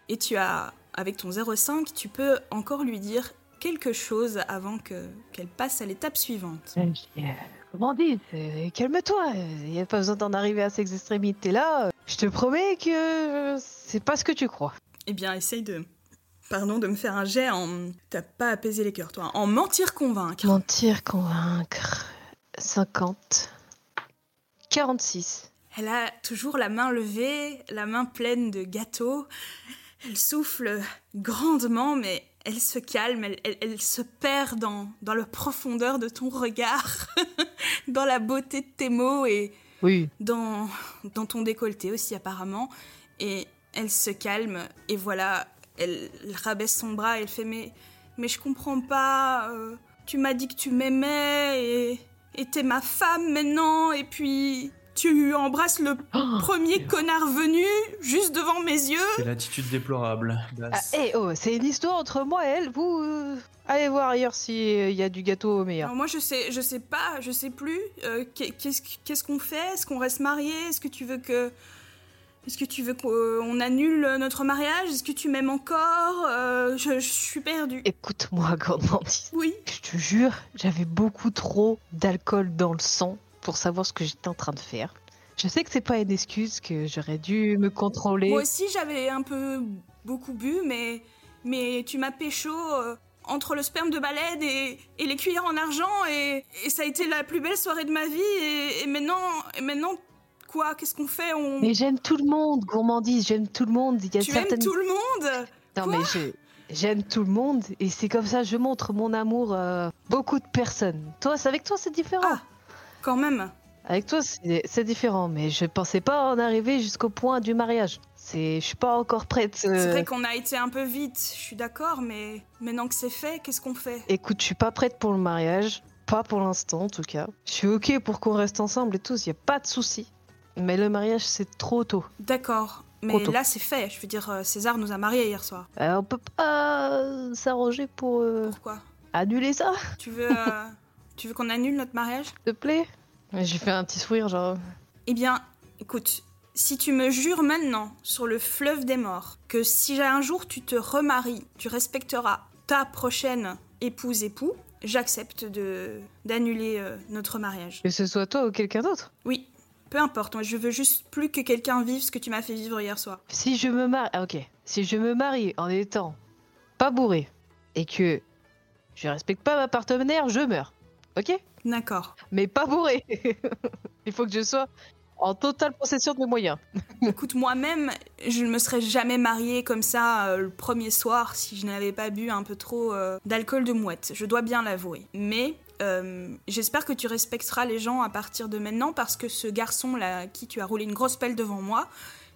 Speaker 1: Et tu as, avec ton 0,5, tu peux encore lui dire quelque chose avant que qu'elle passe à l'étape suivante.
Speaker 2: Comment dit euh, Calme-toi, il n'y a pas besoin d'en arriver à ces extrémités-là. Je te promets que euh, c'est pas ce que tu crois.
Speaker 1: Eh bien, essaye de... Pardon, de me faire un jet en... T'as pas apaisé les cœurs, toi. En mentir-convaincre.
Speaker 2: Mentir, convaincre. 50. 46.
Speaker 1: Elle a toujours la main levée, la main pleine de gâteaux. Elle souffle grandement, mais elle se calme, elle, elle- elle se perd dans, dans la profondeur de ton regard, dans la beauté de tes mots et
Speaker 2: Oui.
Speaker 1: dans, dans ton décolleté aussi apparemment. Et elle se calme et voilà, elle, rabaisse son bras, elle fait mais, mais je comprends pas, euh, tu m'as dit que tu m'aimais et et t'es ma femme maintenant et puis tu embrasses le premier connard venu juste devant mes yeux.
Speaker 3: C'est l'attitude déplorable.
Speaker 2: Ah, eh, oh, c'est une histoire entre moi et elle. Vous euh, allez voir ailleurs s'il y a du gâteau meilleur.
Speaker 1: Alors moi je sais, je sais pas, je sais plus. euh, qu'est- qu'est-ce qu- qu'est-ce qu'on fait Est-ce qu'on reste marié Est-ce que tu veux que, est-ce que tu veux qu'on euh, annule notre mariage Est-ce que tu m'aimes encore Euh, je, je suis perdue.
Speaker 2: Écoute-moi, gourmandise.
Speaker 1: Oui.
Speaker 2: Je te jure, j'avais beaucoup trop d'alcool dans le sang pour savoir ce que j'étais en train de faire. Je sais que c'est pas une excuse, que j'aurais dû me contrôler.
Speaker 1: Moi aussi j'avais un peu beaucoup bu, mais mais tu m'as pécho. euh, entre le sperme de balade et, et les cuillères en argent, et, et ça a été la plus belle soirée de ma vie, et, et maintenant, et maintenant Quoi Qu'est-ce qu'on fait On-
Speaker 2: Mais j'aime tout le monde, gourmandise, j'aime tout le monde. Il y a
Speaker 1: Tu
Speaker 2: certaines...
Speaker 1: aimes tout le monde
Speaker 2: Non,
Speaker 1: Quoi
Speaker 2: mais je- j'aime tout le monde et c'est comme ça que je montre mon amour à beaucoup de personnes. Toi, c'est avec toi, c'est différent.
Speaker 1: Ah, quand même.
Speaker 2: Avec toi, c'est c'est différent, mais je pensais pas en arriver jusqu'au point du mariage. C'est, je suis pas encore prête. euh,
Speaker 1: C'est vrai qu'on a été un peu vite, je suis d'accord, mais maintenant que c'est fait, qu'est-ce qu'on fait
Speaker 2: Écoute, je suis pas prête pour le mariage, pas pour l'instant en tout cas. Je suis ok pour qu'on reste ensemble et tout, y a pas de souci. Mais le mariage, c'est trop tôt.
Speaker 1: D'accord, mais
Speaker 2: Trop tôt.
Speaker 1: là c'est fait. Je veux dire, euh, César nous a mariés hier soir.
Speaker 2: Euh, on peut pas euh, s'arranger pour euh,
Speaker 1: Pourquoi
Speaker 2: annuler ça,
Speaker 1: Tu veux, euh, tu veux qu'on annule notre mariage
Speaker 2: s'il te plaît J'ai fait un petit sourire, genre.
Speaker 1: Eh bien, écoute, si tu me jures maintenant sur le fleuve des morts que si un jour tu te remaries, tu respecteras ta prochaine épouse époux, j'accepte de d'annuler euh, notre mariage.
Speaker 2: Que ce soit toi ou quelqu'un d'autre.
Speaker 1: Oui, peu importe. Moi, je veux juste plus que quelqu'un vive ce que tu m'as fait vivre hier soir.
Speaker 2: Si je me marie, ah, ok, si je me marie en étant pas bourré et que je respecte pas ma partenaire, je meurs. Ok
Speaker 1: D'accord.
Speaker 2: Mais pas bourré. Il faut que je sois en totale possession de mes moyens.
Speaker 1: Écoute, moi-même, je ne me serais jamais mariée comme ça euh, le premier soir si je n'avais pas bu un peu trop euh, d'alcool de mouette. Je dois bien l'avouer. Mais euh, j'espère que tu respecteras les gens à partir de maintenant parce que ce garçon-là, à qui tu as roulé une grosse pelle devant moi,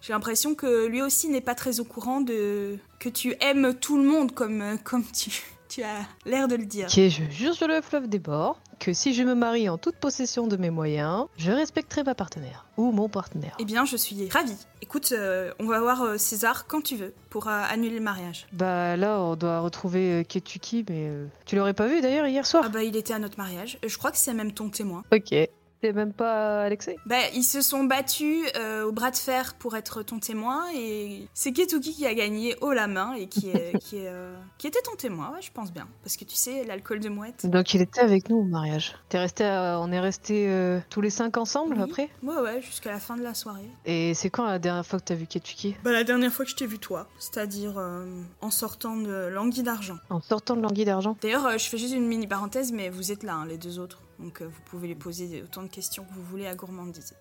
Speaker 1: j'ai l'impression que lui aussi n'est pas très au courant de que tu aimes tout le monde comme, euh, comme tu, tu as l'air de le dire.
Speaker 2: Ok, je jure sur le fleuve des bords que si je me marie en toute possession de mes moyens, je respecterai ma partenaire ou mon partenaire.
Speaker 1: Eh bien, je suis ravie. Écoute, euh, on va voir euh, César quand tu veux pour euh, annuler le mariage.
Speaker 2: Bah là, on doit retrouver euh, Ketuki, mais euh, tu l'aurais pas vu d'ailleurs hier soir.
Speaker 1: Ah bah, il était à notre mariage. Je crois que c'est même ton témoin.
Speaker 2: bah, Ok. C'est même pas Alexei.
Speaker 1: Bah, ils se sont battus euh, au bras de fer pour être ton témoin et c'est Ketuki qui a gagné haut la main et qui, est, qui, est, euh, qui était ton témoin, ouais, je pense bien. Parce que tu sais, l'alcool de mouette.
Speaker 2: Donc il était avec nous au mariage. T'es resté, à- on est resté tous les cinq ensemble
Speaker 1: Oui.
Speaker 2: après.
Speaker 1: Ouais, ouais, jusqu'à la fin de la soirée.
Speaker 2: Et c'est quand la dernière fois que t'as vu Ketuki
Speaker 1: Bah, la dernière fois que je t'ai vu, toi, c'est-à-dire euh, en sortant de l'anguille d'argent.
Speaker 2: En sortant de l'anguille d'argent.
Speaker 1: D'ailleurs, euh, je fais juste une mini parenthèse, mais vous êtes là, hein, les deux autres. Donc, euh, vous pouvez les poser autant de questions que vous voulez à gourmandise.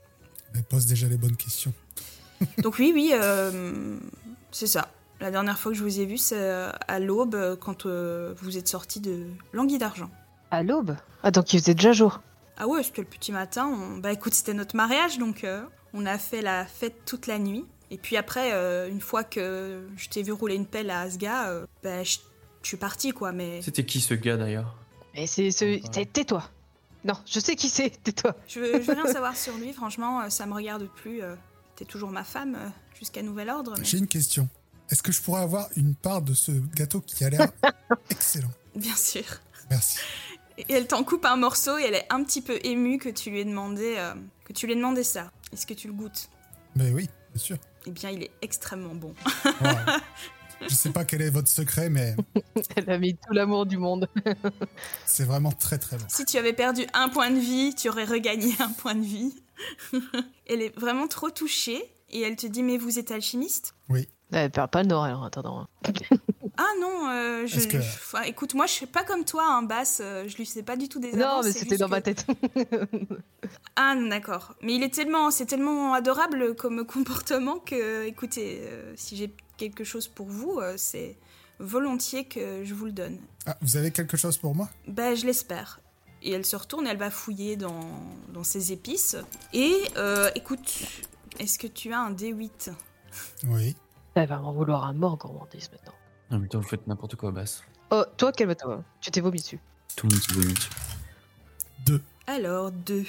Speaker 4: Mais pose déjà les bonnes questions.
Speaker 1: Donc oui, oui, euh, c'est ça. La dernière fois que je vous ai vu, c'est euh, à l'aube euh, quand euh, vous êtes sorti de l'anguille d'argent.
Speaker 2: À l'aube Ah donc il faisait déjà jour.
Speaker 1: Ah ouais, c'était le petit matin. on- Bah écoute, c'était notre mariage, donc euh, on a fait la fête toute la nuit. Et puis après, euh, une fois que je t'ai vu rouler une pelle à Asga, euh, bah je je suis partie quoi, mais
Speaker 3: C'était qui ce gars d'ailleurs
Speaker 2: Mais c'est ce...
Speaker 3: Ouais.
Speaker 2: c'est- Tais-toi Non, je sais qui c'est, tais-toi
Speaker 1: je veux, je veux rien savoir sur lui. Franchement, euh, ça me regarde plus. euh, T'es toujours ma femme euh, jusqu'à nouvel ordre. mais-
Speaker 4: J'ai une question. Est-ce que je pourrais avoir une part de ce gâteau qui a l'air excellent
Speaker 1: Bien sûr.
Speaker 4: Merci.
Speaker 1: Et elle t'en coupe un morceau et elle est un petit peu émue que tu lui aies demandé, euh, que tu lui aies demandé ça. Est-ce que tu le goûtes
Speaker 4: Mais oui, bien sûr.
Speaker 1: Eh bien, il est extrêmement bon.
Speaker 4: Voilà. je sais pas quel est votre secret, mais
Speaker 2: Elle a mis tout l'amour du monde.
Speaker 4: c'est vraiment très très bon.
Speaker 1: Si tu avais perdu un point de vie, tu aurais regagné un point de vie. elle est vraiment trop touchée et elle te dit mais vous êtes alchimiste
Speaker 2: Elle perd pas le nord, elle, en attendant.
Speaker 1: Ah non, euh, je,
Speaker 4: Est-ce que-
Speaker 1: je- enfin, écoute, moi je suis pas comme toi, hein, Bass. euh, je lui sais pas du tout des
Speaker 2: Non,
Speaker 1: avances,
Speaker 2: mais
Speaker 1: c'est
Speaker 2: c'était
Speaker 1: juste
Speaker 2: dans
Speaker 1: que-
Speaker 2: ma tête.
Speaker 1: Ah non, d'accord. Mais il est tellement, c'est tellement adorable comme comportement que, écoutez, euh, si j'ai quelque chose pour vous, euh, c'est volontiers que je vous le donne.
Speaker 4: Ah, vous avez quelque chose pour moi
Speaker 1: Ben, je l'espère. Et elle se retourne, elle va fouiller dans, dans ses épices. Et euh, écoute, est-ce que tu as un D8
Speaker 4: Oui.
Speaker 2: elle va en vouloir un mort, gourmandise, maintenant.
Speaker 3: Non, mais toi, vous faites n'importe quoi, basse.
Speaker 2: Oh, toi, calme-toi. Tu t'es vomi dessus.
Speaker 3: Tout le monde se vomit.
Speaker 4: Deux.
Speaker 1: Alors, deux.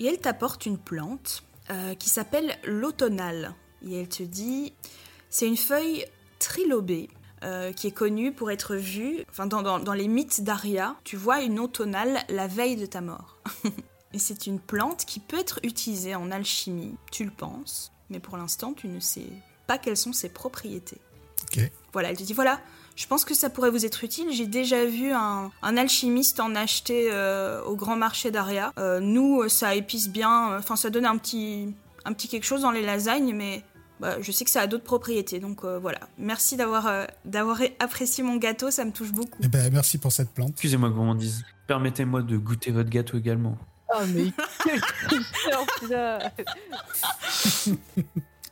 Speaker 1: Et elle t'apporte une plante euh, qui s'appelle l'automnale. Et elle te dit, c'est une feuille trilobée euh, qui est connue pour être vue, enfin dans, dans- dans les mythes d'Aria, tu vois une automnale la veille de ta mort. Et c'est une plante qui peut être utilisée en alchimie, tu le penses, mais pour l'instant tu ne sais pas quelles sont ses propriétés.
Speaker 4: Ok.
Speaker 1: Voilà, elle te dit voilà, je pense que ça pourrait vous être utile. J'ai déjà vu un, un alchimiste en acheter euh, au grand marché d'Aria. Euh, nous, euh, ça épice bien, euh, enfin ça donne un petit, un petit quelque chose dans les lasagnes, mais bah, je sais que ça a d'autres propriétés. Donc euh, voilà, merci d'avoir euh, d'avoir apprécié mon gâteau, ça me touche beaucoup.
Speaker 4: Eh ben, merci pour cette plante.
Speaker 3: Excusez-moi, gourmandise. Permettez-moi de goûter votre gâteau également.
Speaker 2: Oh, mais quel tricheur, putain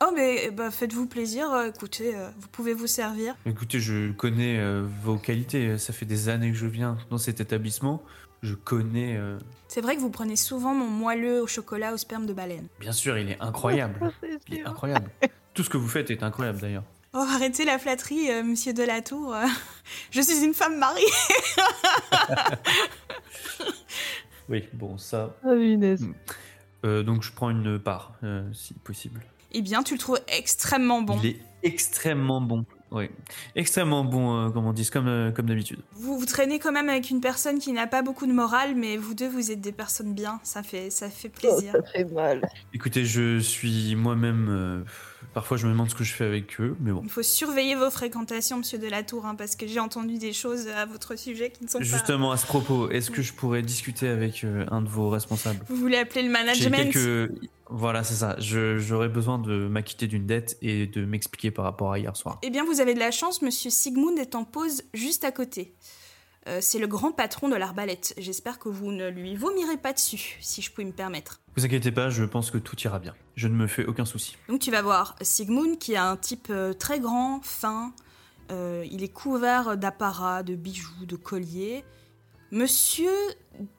Speaker 1: Oh, mais eh ben, faites-vous plaisir. euh, Écoutez, euh, vous pouvez vous servir.
Speaker 3: Écoutez, je connais euh, vos qualités. Ça fait des années que je viens dans cet établissement. Je connais. euh,
Speaker 1: C'est vrai que vous prenez souvent mon moelleux au chocolat au sperme de baleine.
Speaker 3: Bien sûr, il est incroyable.
Speaker 2: C'est
Speaker 3: Il est
Speaker 2: sûr.
Speaker 3: incroyable. Tout ce que vous faites est incroyable d'ailleurs.
Speaker 1: Oh, arrêtez la flatterie, euh, monsieur Delatour. euh. je suis une femme mariée.
Speaker 3: Oui, bon, ça.
Speaker 2: Ah, punaise.
Speaker 3: Euh, donc, je prends une part, euh, si possible.
Speaker 1: Eh bien, tu le trouves extrêmement bon.
Speaker 3: Il est extrêmement bon. Oui, extrêmement bon, euh, comme on dit, comme, euh, comme d'habitude.
Speaker 1: Vous vous traînez quand même avec une personne qui n'a pas beaucoup de morale, mais vous deux, vous êtes des personnes bien. Ça fait, ça fait
Speaker 2: Oh,
Speaker 1: plaisir.
Speaker 2: ça fait mal.
Speaker 3: Écoutez, je suis moi-même. euh, parfois, je me demande ce que je fais avec eux, mais bon.
Speaker 1: Il faut surveiller vos fréquentations, monsieur Delatour, hein, parce que j'ai entendu des choses à votre sujet qui ne sont pas.
Speaker 3: Justement, à ce propos, est-ce que je pourrais discuter avec euh, un de vos responsables
Speaker 1: Vous voulez appeler le
Speaker 3: J'ai
Speaker 1: management
Speaker 3: quelques. Voilà, c'est ça. Je- J'aurais besoin de m'acquitter d'une dette et de m'expliquer par rapport à hier soir.
Speaker 1: Eh bien, vous avez de la chance, monsieur Sigmund est en pause juste à côté. Euh, C'est le grand patron de l'arbalète. J'espère que vous ne lui vomirez pas dessus, si je puis me permettre.
Speaker 3: Vous inquiétez pas, je pense que tout ira bien. Je ne me fais aucun souci.
Speaker 1: Donc tu vas voir Sigmund qui a un type euh, très grand, fin. euh, il est couvert d'apparats, de bijoux, de colliers. Monsieur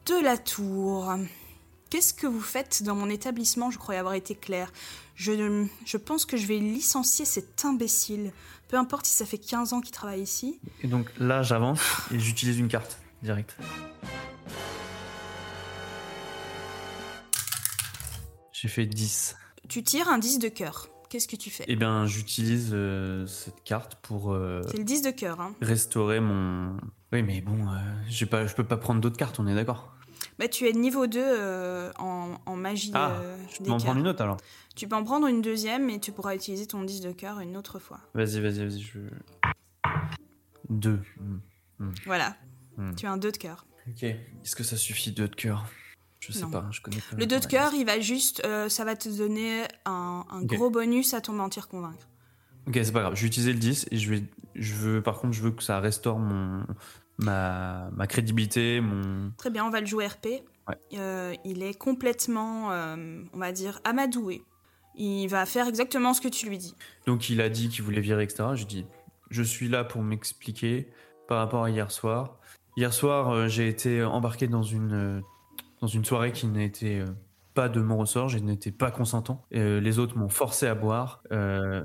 Speaker 1: de la Tour, qu'est-ce que vous faites dans mon établissement Je croyais avoir été claire. Je, je pense que je vais licencier cet imbécile. Peu importe si ça fait 15 ans qu'il travaille ici.
Speaker 3: Et donc là, j'avance et j'utilise une carte directe. J'ai fait 10.
Speaker 1: Tu tires un 10 de cœur. Qu'est-ce que tu fais
Speaker 3: Eh bien, j'utilise euh, cette carte pour euh,
Speaker 1: C'est le 10 de cœur. Hein.
Speaker 3: restaurer mon. Oui, mais bon, euh, j'ai pas, je peux pas prendre d'autres cartes, on est d'accord.
Speaker 1: Bah, tu es niveau 2 euh, en, en magie
Speaker 3: Ah,
Speaker 1: euh,
Speaker 3: Je
Speaker 1: des
Speaker 3: peux en
Speaker 1: cœurs.
Speaker 3: prendre une autre alors.
Speaker 1: Tu peux en prendre une deuxième, mais tu pourras utiliser ton 10 de cœur une autre fois.
Speaker 3: Vas-y, vas-y, vas-y. Je... Deux. Hmm.
Speaker 1: Voilà.
Speaker 3: Hmm.
Speaker 1: Tu as un 2 de cœur.
Speaker 3: Ok. Est-ce que ça suffit deux de cœur Je sais
Speaker 1: Non.
Speaker 3: pas, je connais pas.
Speaker 1: Le 2 de
Speaker 3: Hmm. Ouais.
Speaker 1: cœur, il va juste. euh, ça va te donner un, un
Speaker 3: Ok.
Speaker 1: gros bonus à ton mentir-convaincre.
Speaker 3: Ok, c'est pas grave. J'ai utilisé le 10 et je vais, je veux, par contre, je veux que ça restaure mon, ma, ma crédibilité, mon.
Speaker 1: Très bien, on va le jouer RP. Euh, il est complètement, euh, on va dire, amadoué. Il va faire exactement ce que tu lui dis.
Speaker 3: Donc il a dit qu'il voulait virer, etc. J'ai dit, je suis là pour m'expliquer par rapport à hier soir. Hier soir, euh, j'ai été embarqué dans une, euh, dans une soirée qui n'était euh, pas de mon ressort, je n'étais pas consentant. Euh, les autres m'ont forcé à boire. euh,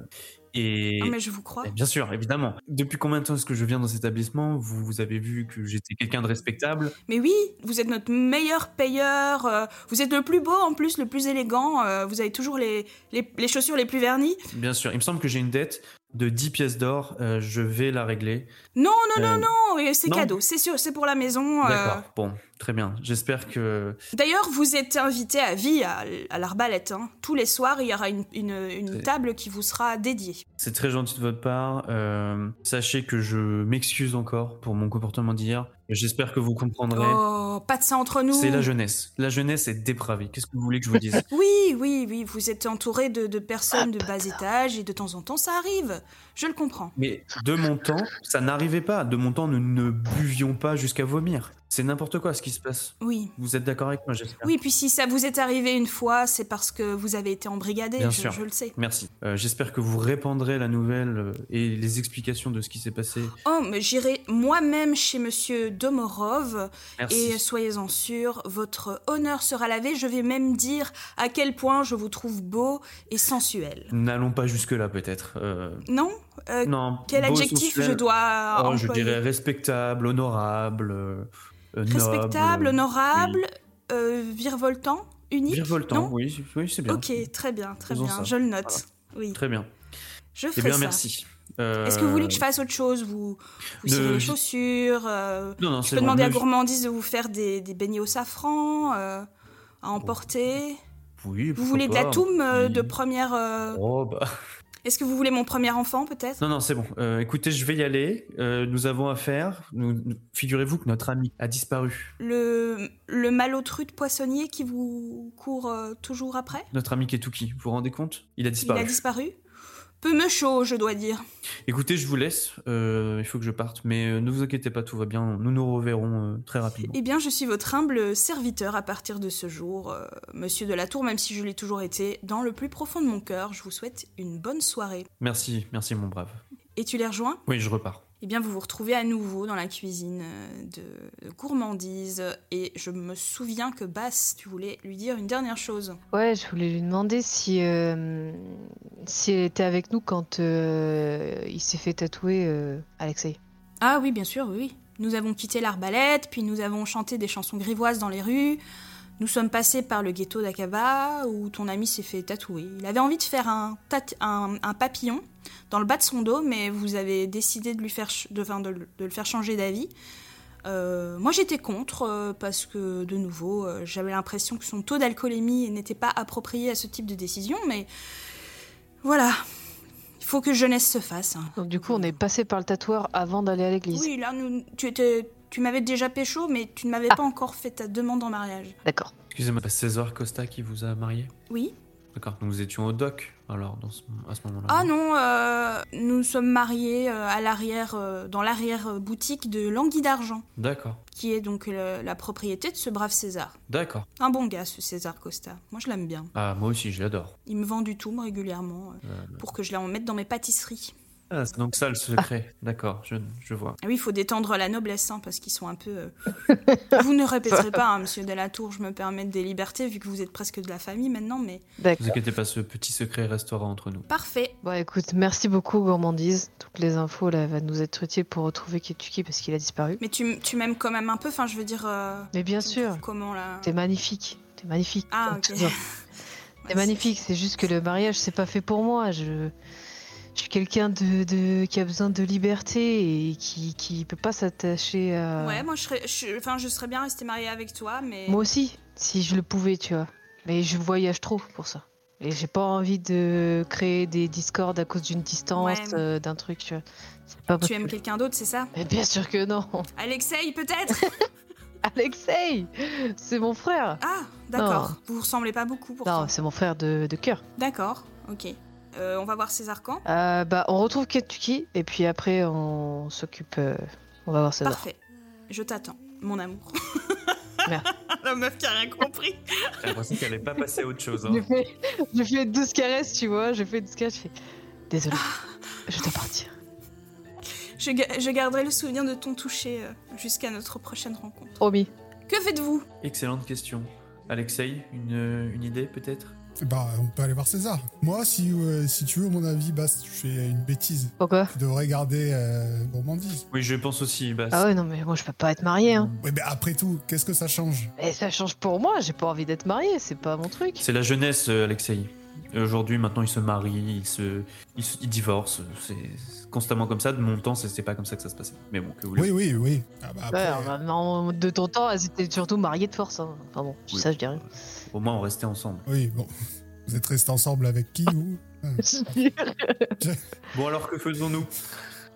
Speaker 3: et,
Speaker 1: Ah, mais je vous crois.
Speaker 3: Eh Bien sûr, évidemment. Depuis combien de temps est-ce que je viens dans cet établissement vous, vous avez vu que j'étais quelqu'un de respectable.
Speaker 1: Mais oui, vous êtes notre meilleur payeur. euh, vous êtes le plus beau en plus, le plus élégant. euh, vous avez toujours les, les, les chaussures les plus vernies.
Speaker 3: Bien sûr, il me semble que j'ai une dette de 10 pièces d'or. euh, je vais la régler.
Speaker 1: Non, non,
Speaker 3: Euh,
Speaker 1: non, non. et C'est
Speaker 3: non.
Speaker 1: cadeau. C'est sûr, c'est pour la maison. euh,
Speaker 3: D'accord. Bon, très bien. J'espère que
Speaker 1: D'ailleurs, vous êtes invité à vie à, à l'arbalète. hein. Tous les soirs, il y aura une, une- une
Speaker 3: C'est-
Speaker 1: table qui vous sera dédiée.
Speaker 3: c'est très gentil de votre part. euh, sachez que je m'excuse encore pour mon comportement d'hier. J'espère que vous comprendrez.
Speaker 1: Oh, pas de ça entre nous.
Speaker 3: C'est la jeunesse. La jeunesse est dépravée. Qu'est-ce que vous voulez que je vous dise
Speaker 1: Oui, oui, oui, vous êtes entouré de, de personnes de bas étage et de temps en temps, ça arrive. Je le comprends.
Speaker 3: Mais de mon temps, ça n'arrivait pas. De mon temps, nous ne buvions pas jusqu'à vomir. C'est n'importe quoi ce qui se passe.
Speaker 1: Oui.
Speaker 3: Vous êtes d'accord avec moi, j'espère
Speaker 1: Oui, puis si ça vous est arrivé une fois, c'est parce que vous avez été embrigadé,
Speaker 3: Bien
Speaker 1: je,
Speaker 3: sûr.
Speaker 1: je le sais.
Speaker 3: Merci. Euh, J'espère que vous répandrez la nouvelle euh, et les explications de ce qui s'est passé.
Speaker 1: Oh, mais j'irai moi-même chez monsieur Domorov
Speaker 3: Merci.
Speaker 1: et euh, soyez-en sûr, votre honneur sera lavé. Je vais même dire à quel point je vous trouve beau et sensuel.
Speaker 3: N'allons pas jusque-là, peut-être. Euh,
Speaker 1: Non Euh,
Speaker 3: non.
Speaker 1: Quel
Speaker 3: beau,
Speaker 1: adjectif
Speaker 3: sensuel.
Speaker 1: je dois
Speaker 3: Oh, Je
Speaker 1: employer
Speaker 3: dirais respectable, honorable, euh, euh,
Speaker 1: Respectable,
Speaker 3: noble.
Speaker 1: honorable, euh, virevoltant, unique
Speaker 3: Virevoltant,
Speaker 1: non
Speaker 3: oui, oui c'est bien.
Speaker 1: Ok, très bien, très
Speaker 3: Faisons
Speaker 1: bien.
Speaker 3: ça.
Speaker 1: Je le note. Oui,
Speaker 3: Très bien.
Speaker 1: je
Speaker 3: Eh
Speaker 1: ferai
Speaker 3: bien,
Speaker 1: ça.
Speaker 3: merci. Euh,
Speaker 1: Est-ce que vous voulez que je fasse autre chose Vous, vous
Speaker 3: ne-
Speaker 1: cirez les chaussures euh,
Speaker 3: Non, non,
Speaker 1: Je
Speaker 3: c'est
Speaker 1: peux
Speaker 3: bon.
Speaker 1: demander à
Speaker 3: Ne-
Speaker 1: Gourmandise de vous faire des, des beignets au safran euh, à emporter.
Speaker 3: Oui,
Speaker 1: Vous
Speaker 3: pourquoi
Speaker 1: voulez de la
Speaker 3: Oh. pas.
Speaker 1: toum euh,
Speaker 3: Oui.
Speaker 1: de première. euh,
Speaker 3: Oh, bah.
Speaker 1: Est-ce que vous voulez mon premier enfant peut-être
Speaker 3: Non, non, c'est bon. Euh, écoutez, je vais y aller. Euh, nous avons affaire. Nous, nous- Figurez-vous que notre ami a disparu.
Speaker 1: le, le malotru de poissonnier qui vous court euh, toujours après
Speaker 3: Notre ami Ketuki. Vous vous rendez compte Il a
Speaker 1: Il
Speaker 3: disparu.
Speaker 1: a disparu Peu me chaud, je dois dire.
Speaker 3: Écoutez, je vous laisse. euh, il faut que je parte. Mais euh, ne vous inquiétez pas, tout va bien. Nous nous reverrons euh, très rapidement.
Speaker 1: Eh bien, je suis votre humble serviteur à partir de ce jour, euh, monsieur de la Tour, même si je l'ai toujours été. Dans le plus profond de mon cœur, je vous souhaite une bonne soirée.
Speaker 3: Merci, merci, mon brave.
Speaker 1: Et tu les rejoins
Speaker 3: Oui, je repars.
Speaker 1: Eh bien, vous vous retrouvez à nouveau dans la cuisine euh, de, de gourmandise. Et je me souviens que Bass, tu voulais lui dire une dernière chose.
Speaker 2: Ouais, je voulais lui demander si, euh, si elle était avec nous quand euh, il s'est fait tatouer euh, Alexei.
Speaker 1: Ah oui, bien sûr, oui. oui. Nous avons quitté l'arbalète, puis nous avons chanté des chansons grivoises dans les rues. Nous sommes passés par le ghetto d'Akaba, où ton ami s'est fait tatouer. Il avait envie de faire un, tat- un, un papillon dans le bas de son dos, mais vous avez décidé de, lui faire ch- de, enfin, de le- de le faire changer d'avis. Euh, moi j'étais contre euh, parce que de nouveau euh, j'avais l'impression que son taux d'alcoolémie n'était pas approprié à ce type de décision mais voilà il faut que jeunesse se fasse hein.
Speaker 2: Donc du coup, on est passé par le tatoueur avant d'aller à l'église.
Speaker 1: Oui, là, nous- tu, étais- tu m'avais déjà pécho, mais tu ne m'avais
Speaker 2: Ah.
Speaker 1: pas encore fait ta demande en mariage.
Speaker 2: D'accord.
Speaker 3: Excusez-moi, c'est César Costa qui vous a marié
Speaker 1: Oui
Speaker 3: D'accord, donc vous étions au doc, alors, dans ce- à ce moment-là.
Speaker 1: Ah non, euh, nous sommes mariés euh, à l'arrière, euh, dans l'arrière-boutique de Languille d'Argent,
Speaker 3: D'accord,
Speaker 1: qui est donc le- la propriété de ce brave César.
Speaker 3: d'accord.
Speaker 1: Un bon gars, ce César Costa. Moi, je l'aime bien.
Speaker 3: Ah, moi aussi, je l'adore.
Speaker 1: Il me vend du tout, moi, régulièrement, euh,
Speaker 3: Euh,
Speaker 1: pour que je la en mette dans mes pâtisseries.
Speaker 3: Ah, c'est donc ça le secret. D'accord, je, je vois.
Speaker 1: Ah oui, il faut détendre la noblesse, hein, parce qu'ils sont un peu... euh, vous ne répéterez pas, hein, monsieur Delatour, je me permets des libertés, vu que vous êtes presque de la famille maintenant, mais...
Speaker 3: Ne vous
Speaker 2: D'accord.
Speaker 3: inquiétez pas, ce petit secret restera entre nous.
Speaker 1: Parfait
Speaker 2: Bon, écoute, merci beaucoup, gourmandise. Toutes les infos là va nous être utiles pour retrouver Ketuki parce qu'il a disparu.
Speaker 1: Mais tu, m- tu m'aimes quand même un peu, enfin je veux dire... euh,
Speaker 2: Mais bien
Speaker 1: tu me
Speaker 2: sûr,
Speaker 1: trouves Comment là
Speaker 2: t'es magnifique. T'es magnifique.
Speaker 1: Ah
Speaker 2: comme
Speaker 1: ok.
Speaker 2: toujours. C'est magnifique, c'est juste que le mariage, c'est pas fait pour moi. Je, je suis quelqu'un de, de- qui a besoin de liberté et qui, qui peut pas s'attacher à.
Speaker 1: Ouais, moi je serais, je- enfin, je serais bien restée mariée avec toi, mais...
Speaker 2: Moi aussi, si je le pouvais, tu vois. Mais je voyage trop pour ça. Et j'ai pas envie de créer des discords à cause d'une distance,
Speaker 1: Ouais.
Speaker 2: euh, d'un truc, tu vois. C'est pas
Speaker 1: tu
Speaker 2: possible.
Speaker 1: aimes quelqu'un d'autre, c'est ça
Speaker 2: Mais bien sûr que non
Speaker 1: Alexei peut-être
Speaker 2: Alexei C'est mon frère
Speaker 1: Ah, d'accord. Vous vous ressemblez pas beaucoup pour
Speaker 2: Non, c'est mon frère de, de cœur.
Speaker 1: D'accord, ok. Euh, on va voir César quand
Speaker 2: Euh, bah, on retrouve Ketuki et puis après, on s'occupe. euh, on va voir ça.
Speaker 1: Parfait. Je t'attends, mon amour.
Speaker 2: Merde.
Speaker 1: La meuf qui a rien compris.
Speaker 3: J'ai l'impression Ah, qu'elle n'est pas passée à autre chose. hein.
Speaker 2: J'ai fait, j'ai fait 12 caresses, tu vois. J'ai fait 12 caresses. Je fais Désolée,
Speaker 1: Ah.
Speaker 2: je dois partir.
Speaker 1: Je, ga- je garderai le souvenir de ton toucher euh, jusqu'à notre prochaine rencontre.
Speaker 2: Promis.
Speaker 1: Que faites-vous
Speaker 3: Excellente question. Alexei, une, une idée peut-être
Speaker 4: Bah, on peut aller voir César. Moi, si, euh, si tu veux mon avis, Bast, tu fais une bêtise.
Speaker 2: Pourquoi
Speaker 4: Tu devrais garder euh, Gourmandise.
Speaker 3: Oui, je pense aussi. Bah,
Speaker 2: Ah ouais, non, mais moi, je peux pas être mariée. Hein.
Speaker 4: Ouais, mais après tout, qu'est-ce que ça change
Speaker 2: Et ça change pour moi. J'ai pas envie d'être mariée. C'est pas mon truc.
Speaker 3: C'est la jeunesse, euh, Alexei. Aujourd'hui, maintenant, ils se marient, ils se, ils se- ils divorcent. C'est c'est constamment comme ça. De mon temps, c'est- c'est pas comme ça que ça se passait. Mais bon, que vous
Speaker 4: Oui, oui, oui. Ah bah, après,
Speaker 2: Ouais, en- en- de ton temps, elles étaient surtout mariées de force. hein. Enfin bon,
Speaker 3: Oui.
Speaker 2: ça, je dis rien.
Speaker 3: Au moins, on restait ensemble.
Speaker 4: euh, oui, bon. Vous êtes restés ensemble avec qui ou
Speaker 3: Bon, alors que faisons-nous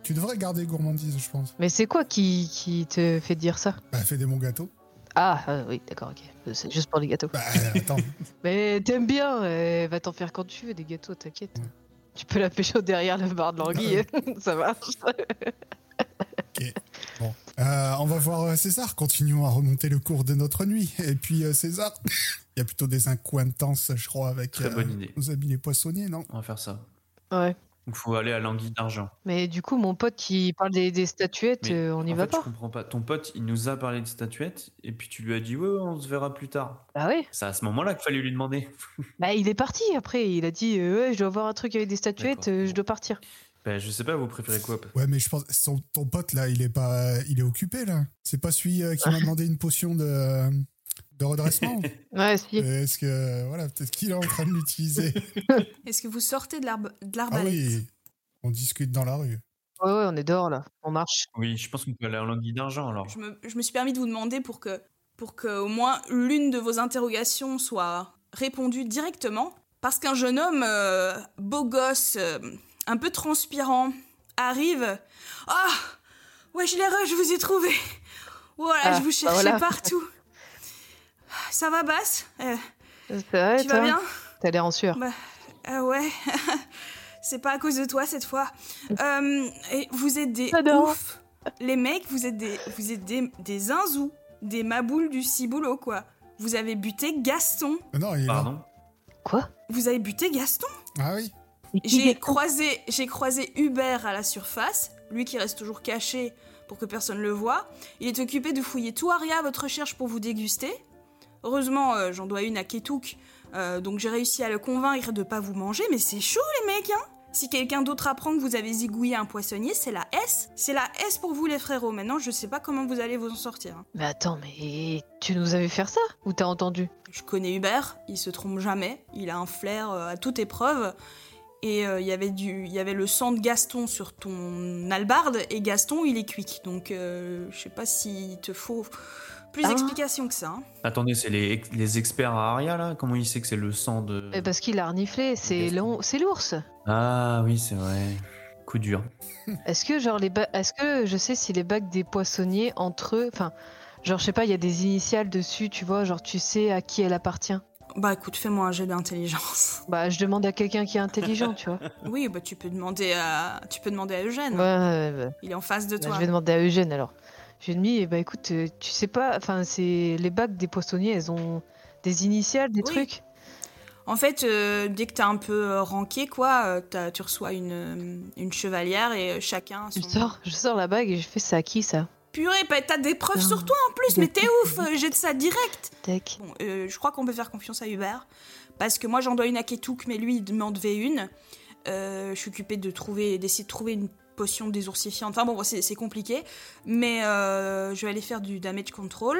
Speaker 4: Tu devrais garder Gourmandise, je pense.
Speaker 2: mais c'est quoi qui, qui te fait dire ça
Speaker 4: Bah, fais des bons gâteaux.
Speaker 2: Ah, ah, oui, d'accord, ok. C'est juste pour les gâteaux.
Speaker 4: Bah, attends.
Speaker 2: Mais t'aimes bien, euh, va t'en faire quand tu veux des gâteaux, t'inquiète. Tu peux la pécho derrière le bar de l'anguille, ça marche.
Speaker 4: Euh, on va voir euh, César. Continuons à remonter le cours de notre nuit. Et puis, euh, César, il y a plutôt des incointances, je crois, avec euh,
Speaker 3: Très bonne idée.
Speaker 4: nos amis les poissonniers, non
Speaker 3: On va faire ça.
Speaker 2: Ouais.
Speaker 3: Donc, faut aller à l'anguille d'argent.
Speaker 2: Mais du coup, mon pote qui parle des, des statuettes,
Speaker 3: Mais
Speaker 2: euh, on n'y
Speaker 3: en
Speaker 2: va
Speaker 3: fait,
Speaker 2: pas.
Speaker 3: Je comprends pas. Ton pote, il nous a parlé de statuettes, et puis tu lui as dit, ouais, ouais, on se verra plus tard.
Speaker 2: Bah ouais.
Speaker 3: C'est à ce moment-là qu'il fallait lui demander.
Speaker 2: Bah il est parti après. Il a dit euh, ouais, je dois voir un truc avec des statuettes,
Speaker 3: D'accord.
Speaker 2: euh, je dois partir.
Speaker 3: Ben, je sais pas, vous préférez quoi parce-
Speaker 4: Ouais, mais je pense son, ton pote là, il est pas, il est occupé là. C'est pas celui euh, qui m'a demandé une potion de, de redressement. Euh,
Speaker 2: Ouais, si.
Speaker 4: Est-ce que voilà, peut-être qu'il est en train de l'utiliser.
Speaker 1: Est-ce que vous sortez de l'arb- de
Speaker 4: ah
Speaker 1: l'arbalète
Speaker 4: oui, on discute dans la rue.
Speaker 2: Ouais, ouais, on est dehors là. On marche.
Speaker 3: Oui, je pense qu'on peut aller à l'anguille d'argent alors.
Speaker 1: Je me, je me suis permis de vous demander pour que, pour que au moins l'une de vos interrogations soit répondue directement, parce qu'un jeune homme, euh, beau gosse, euh, un peu transpirant, arrive. Ah Ouais, je l'ai re, je vous ai trouvé Voilà,
Speaker 2: Ah,
Speaker 1: je vous
Speaker 2: bah
Speaker 1: cherchais
Speaker 2: voilà.
Speaker 1: partout Ça va, Basse Eh,
Speaker 2: C'est vrai,
Speaker 1: Tu vas
Speaker 2: toi
Speaker 1: bien
Speaker 2: T'as l'air en sueur.
Speaker 1: Bah, Ah ouais C'est pas à cause de toi cette fois. Euh, et vous êtes des
Speaker 2: J'adore.
Speaker 1: ouf. Les mecs, vous êtes des, vous êtes des, des zinzous, des maboules du ciboulot, quoi. Vous avez buté Gaston.
Speaker 4: Ah Non, il est là.
Speaker 3: Pardon
Speaker 2: Quoi
Speaker 1: Vous avez buté Gaston
Speaker 4: Ah oui.
Speaker 1: J'ai croisé, j'ai croisé Hubert à la surface, lui qui reste toujours caché pour que personne le voit. Il est occupé de fouiller tout Aria à votre recherche pour vous déguster. Heureusement, euh, j'en dois une à Ketouk, euh, donc j'ai réussi à le convaincre de pas vous manger, mais c'est chaud les mecs, hein Si quelqu'un d'autre apprend que vous avez zigouillé un poissonnier, c'est la S C'est la S pour vous les frérots, maintenant je sais pas comment vous allez vous en sortir. hein.
Speaker 2: Mais attends, mais tu nous avais fait ça Ou t'as entendu
Speaker 1: Je connais Hubert, il se trompe jamais, il a un flair euh, à toute épreuve. Et euh, il y avait du, il y avait le sang de Gaston sur ton albarde, et Gaston, il est quick. Donc, euh, je sais pas s'il te faut plus
Speaker 2: Ah.
Speaker 1: d'explications que ça. hein.
Speaker 3: Attendez, c'est les, les experts à Aria là Comment il sait que c'est le sang de.
Speaker 2: Eh, Parce qu'il a reniflé, c'est
Speaker 3: Gaston.
Speaker 2: l'on- c'est l'ours.
Speaker 3: Ah oui, c'est vrai. Coup dur.
Speaker 2: Est-ce que genre les ba- est-ce que je sais si les bacs des poissonniers entre eux, enfin genre je sais pas, il y a des initiales dessus, tu vois, genre tu sais à qui elle appartient.
Speaker 1: Bah écoute, fais-moi un jet d'intelligence.
Speaker 2: Bah je demande à quelqu'un qui est intelligent, tu vois.
Speaker 1: oui, bah tu peux demander à, tu peux demander à Eugène.
Speaker 2: Ouais, ouais, ouais.
Speaker 1: Il est en face de
Speaker 2: Bah,
Speaker 1: toi.
Speaker 2: je vais demander à Eugène alors. J'ai mis, eh bah écoute, euh, tu sais pas, enfin c'est les bacs des poissonniers, elles ont des initiales, des
Speaker 1: Oui.
Speaker 2: trucs.
Speaker 1: En fait, euh, dès que t'as un peu euh, ranké, quoi, euh, t'as- tu reçois une, euh, une chevalière et euh, chacun. a
Speaker 2: Je
Speaker 1: Son...
Speaker 2: sors, je sors la bague et je fais ça à qui ça
Speaker 1: Purée, bah, t'as des preuves
Speaker 2: Non.
Speaker 1: sur toi en plus, mais t'es ouf, euh, jette ça direct.
Speaker 2: Tac.
Speaker 1: Bon, euh, je crois qu'on peut faire confiance à Hubert, parce que moi j'en dois une à Ketouk, mais lui il m'en devait une. Euh, je suis occupée de trouver, d'essayer de trouver une potion désourcifiante. Enfin bon, c'est c'est compliqué, mais euh, je vais aller faire du damage control.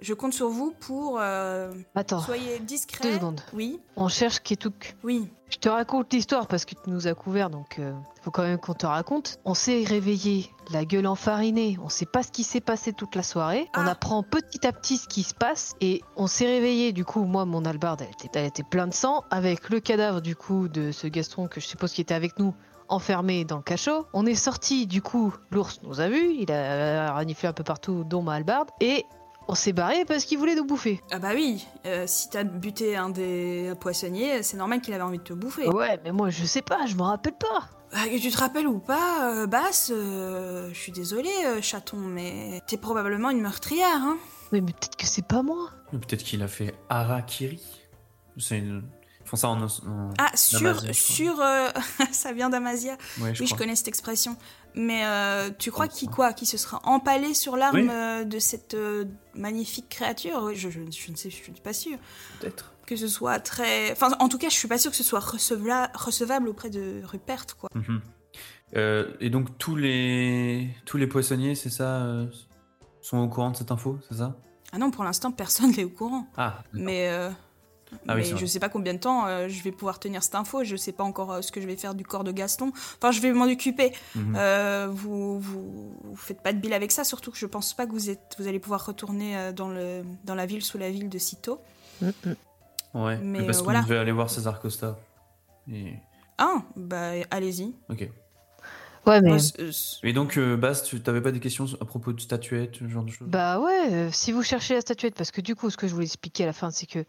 Speaker 1: Je compte sur vous pour euh,
Speaker 2: Attends,
Speaker 1: soyez
Speaker 2: Oh, deux
Speaker 1: discret.
Speaker 2: secondes.
Speaker 1: Oui,
Speaker 2: On cherche Ketuk.
Speaker 1: oui.
Speaker 2: Je te raconte l'histoire parce que tu nous as couvert, donc euh, faut quand même qu'on te raconte. On s'est réveillé, la gueule enfarinée, on sait pas ce qui s'est passé toute la soirée. On
Speaker 1: Ah.
Speaker 2: apprend petit à petit ce qui se passe et on s'est réveillé. Du coup, moi, mon albarde, elle était, elle était pleine de sang avec le cadavre du coup de ce Gaston que je suppose qui était avec nous. Enfermé dans le cachot. On est sorti, du coup, l'ours nous a vus, il a raniflé un peu partout, dont ma hallebarde, et on s'est barré parce qu'il voulait nous bouffer.
Speaker 1: Ah bah oui, euh, si t'as buté un des poissonniers, c'est normal qu'il avait envie de te bouffer.
Speaker 2: Ouais, mais moi, je sais pas, je m'en rappelle pas.
Speaker 1: Ah, Que tu te rappelles ou pas, euh, Basse, euh, je suis désolée, euh, chaton, mais t'es probablement une meurtrière, hein
Speaker 2: Mais, mais peut-être que c'est pas moi.
Speaker 3: Ou Peut-être qu'il a fait Harakiri C'est une- Ils font ça en. en-
Speaker 1: Ah, sur.
Speaker 3: Damasia, je crois.
Speaker 1: sur euh, ça vient d'Amazia.
Speaker 3: Ouais,
Speaker 1: oui,
Speaker 3: je
Speaker 1: je
Speaker 3: crois.
Speaker 1: connais cette expression. Mais euh, tu crois
Speaker 3: pense,
Speaker 1: qu'il
Speaker 3: hein.
Speaker 1: quoi Qu'il se sera empalé sur l'arme
Speaker 3: Oui.
Speaker 1: euh, de cette euh, magnifique créature Oui, je, je- je ne sais, je ne suis pas sûre.
Speaker 3: Peut-être.
Speaker 1: Que ce soit très. Enfin, en tout cas, je suis pas sûre que ce soit recevla- recevable auprès de Rupert, quoi.
Speaker 3: Mhm. Euh, et donc tous les tous les poissonniers, c'est ça, euh, sont au courant de cette info, c'est ça
Speaker 1: Ah non, pour l'instant, personne n'est au courant.
Speaker 3: Ah,
Speaker 1: Mais, euh,
Speaker 3: Ah oui,
Speaker 1: mais
Speaker 3: c'est vrai.
Speaker 1: je sais pas combien de temps euh, je vais pouvoir tenir cette info. Je sais pas encore euh, ce que je vais faire du corps de Gaston. Enfin, je vais m'en occuper.
Speaker 3: mhm.
Speaker 1: Euh, vous, vous, vous faites pas de bill avec ça, surtout que je pense pas que vous, êtes, vous allez pouvoir retourner euh, dans, le, dans la ville sous la ville de Sito.
Speaker 3: ouais.
Speaker 1: mais,
Speaker 3: Mais parce
Speaker 1: euh,
Speaker 3: qu'on
Speaker 1: voilà.
Speaker 3: devait aller voir César Costa. Et...
Speaker 1: Ah, bah allez-y.
Speaker 3: Ok.
Speaker 2: Ouais, mais.
Speaker 1: Moi, c- euh, c-
Speaker 3: Et donc euh, Bast, tu t'avais pas des questions à propos de statuettes, ce genre de choses
Speaker 2: Bah ouais, euh, si vous cherchez la statuette, parce que du coup, ce que je voulais expliquer à la fin, c'est que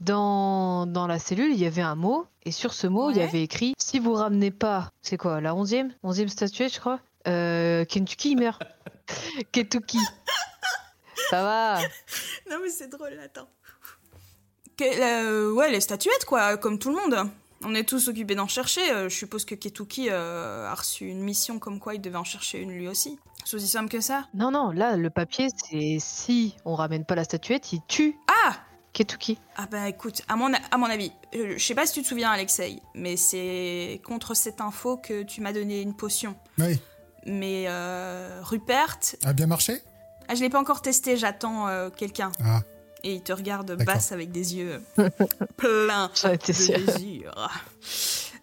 Speaker 2: dans, dans la cellule, il y avait un mot, et sur ce mot, il y
Speaker 1: Ouais.
Speaker 2: avait écrit Si vous ramenez pas, c'est quoi, la onzième Onzième statuette, je crois euh, Kentucky, il meurt. Kentucky. Ça va
Speaker 1: Non, mais c'est drôle, attends. Que- euh, ouais, les statuettes, quoi, comme tout le monde. On est tous occupés d'en chercher. Euh, Je suppose que Ketuki euh, a reçu une mission comme quoi il devait en chercher une lui aussi. C'est aussi simple que ça.
Speaker 2: Non, non, là, le papier, c'est si on ramène pas la statuette, il tue
Speaker 1: Ah
Speaker 2: Kentucky.
Speaker 1: Ah bah écoute, à mon, à mon avis, euh, je sais pas si tu te souviens Alexei, mais c'est contre cette info que tu m'as donné une potion.
Speaker 4: Oui.
Speaker 1: Mais euh, Rupert,
Speaker 4: A bien marché
Speaker 1: ah, je l'ai pas encore testé, j'attends euh, quelqu'un.
Speaker 4: Ah.
Speaker 1: Et il te regarde
Speaker 4: D'accord.
Speaker 1: basse avec des yeux pleins
Speaker 2: J'en étais
Speaker 1: de
Speaker 2: sûre.
Speaker 1: désir.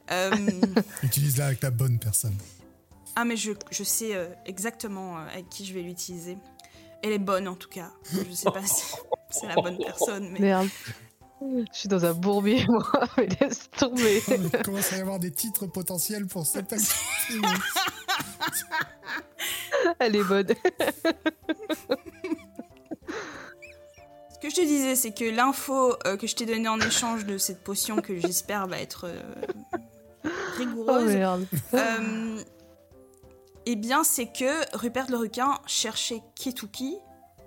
Speaker 1: Euh,
Speaker 4: Utilise-la avec la bonne personne.
Speaker 1: ah mais je, je sais euh, exactement euh, avec qui je vais l'utiliser. Elle est bonne en tout cas. Je sais pas si c'est la bonne personne, mais...
Speaker 2: Merde. Je suis dans un bourbier, moi, mais laisse tomber.
Speaker 4: Il commence à y avoir des titres potentiels pour cette activité.
Speaker 2: Elle est bonne.
Speaker 1: Ce que je te disais, c'est que l'info euh, que je t'ai donnée en échange de cette potion que j'espère va être euh, rigoureuse.
Speaker 2: Oh, merde.
Speaker 1: Euh, eh bien, c'est que Rupert le requin cherchait Ketuki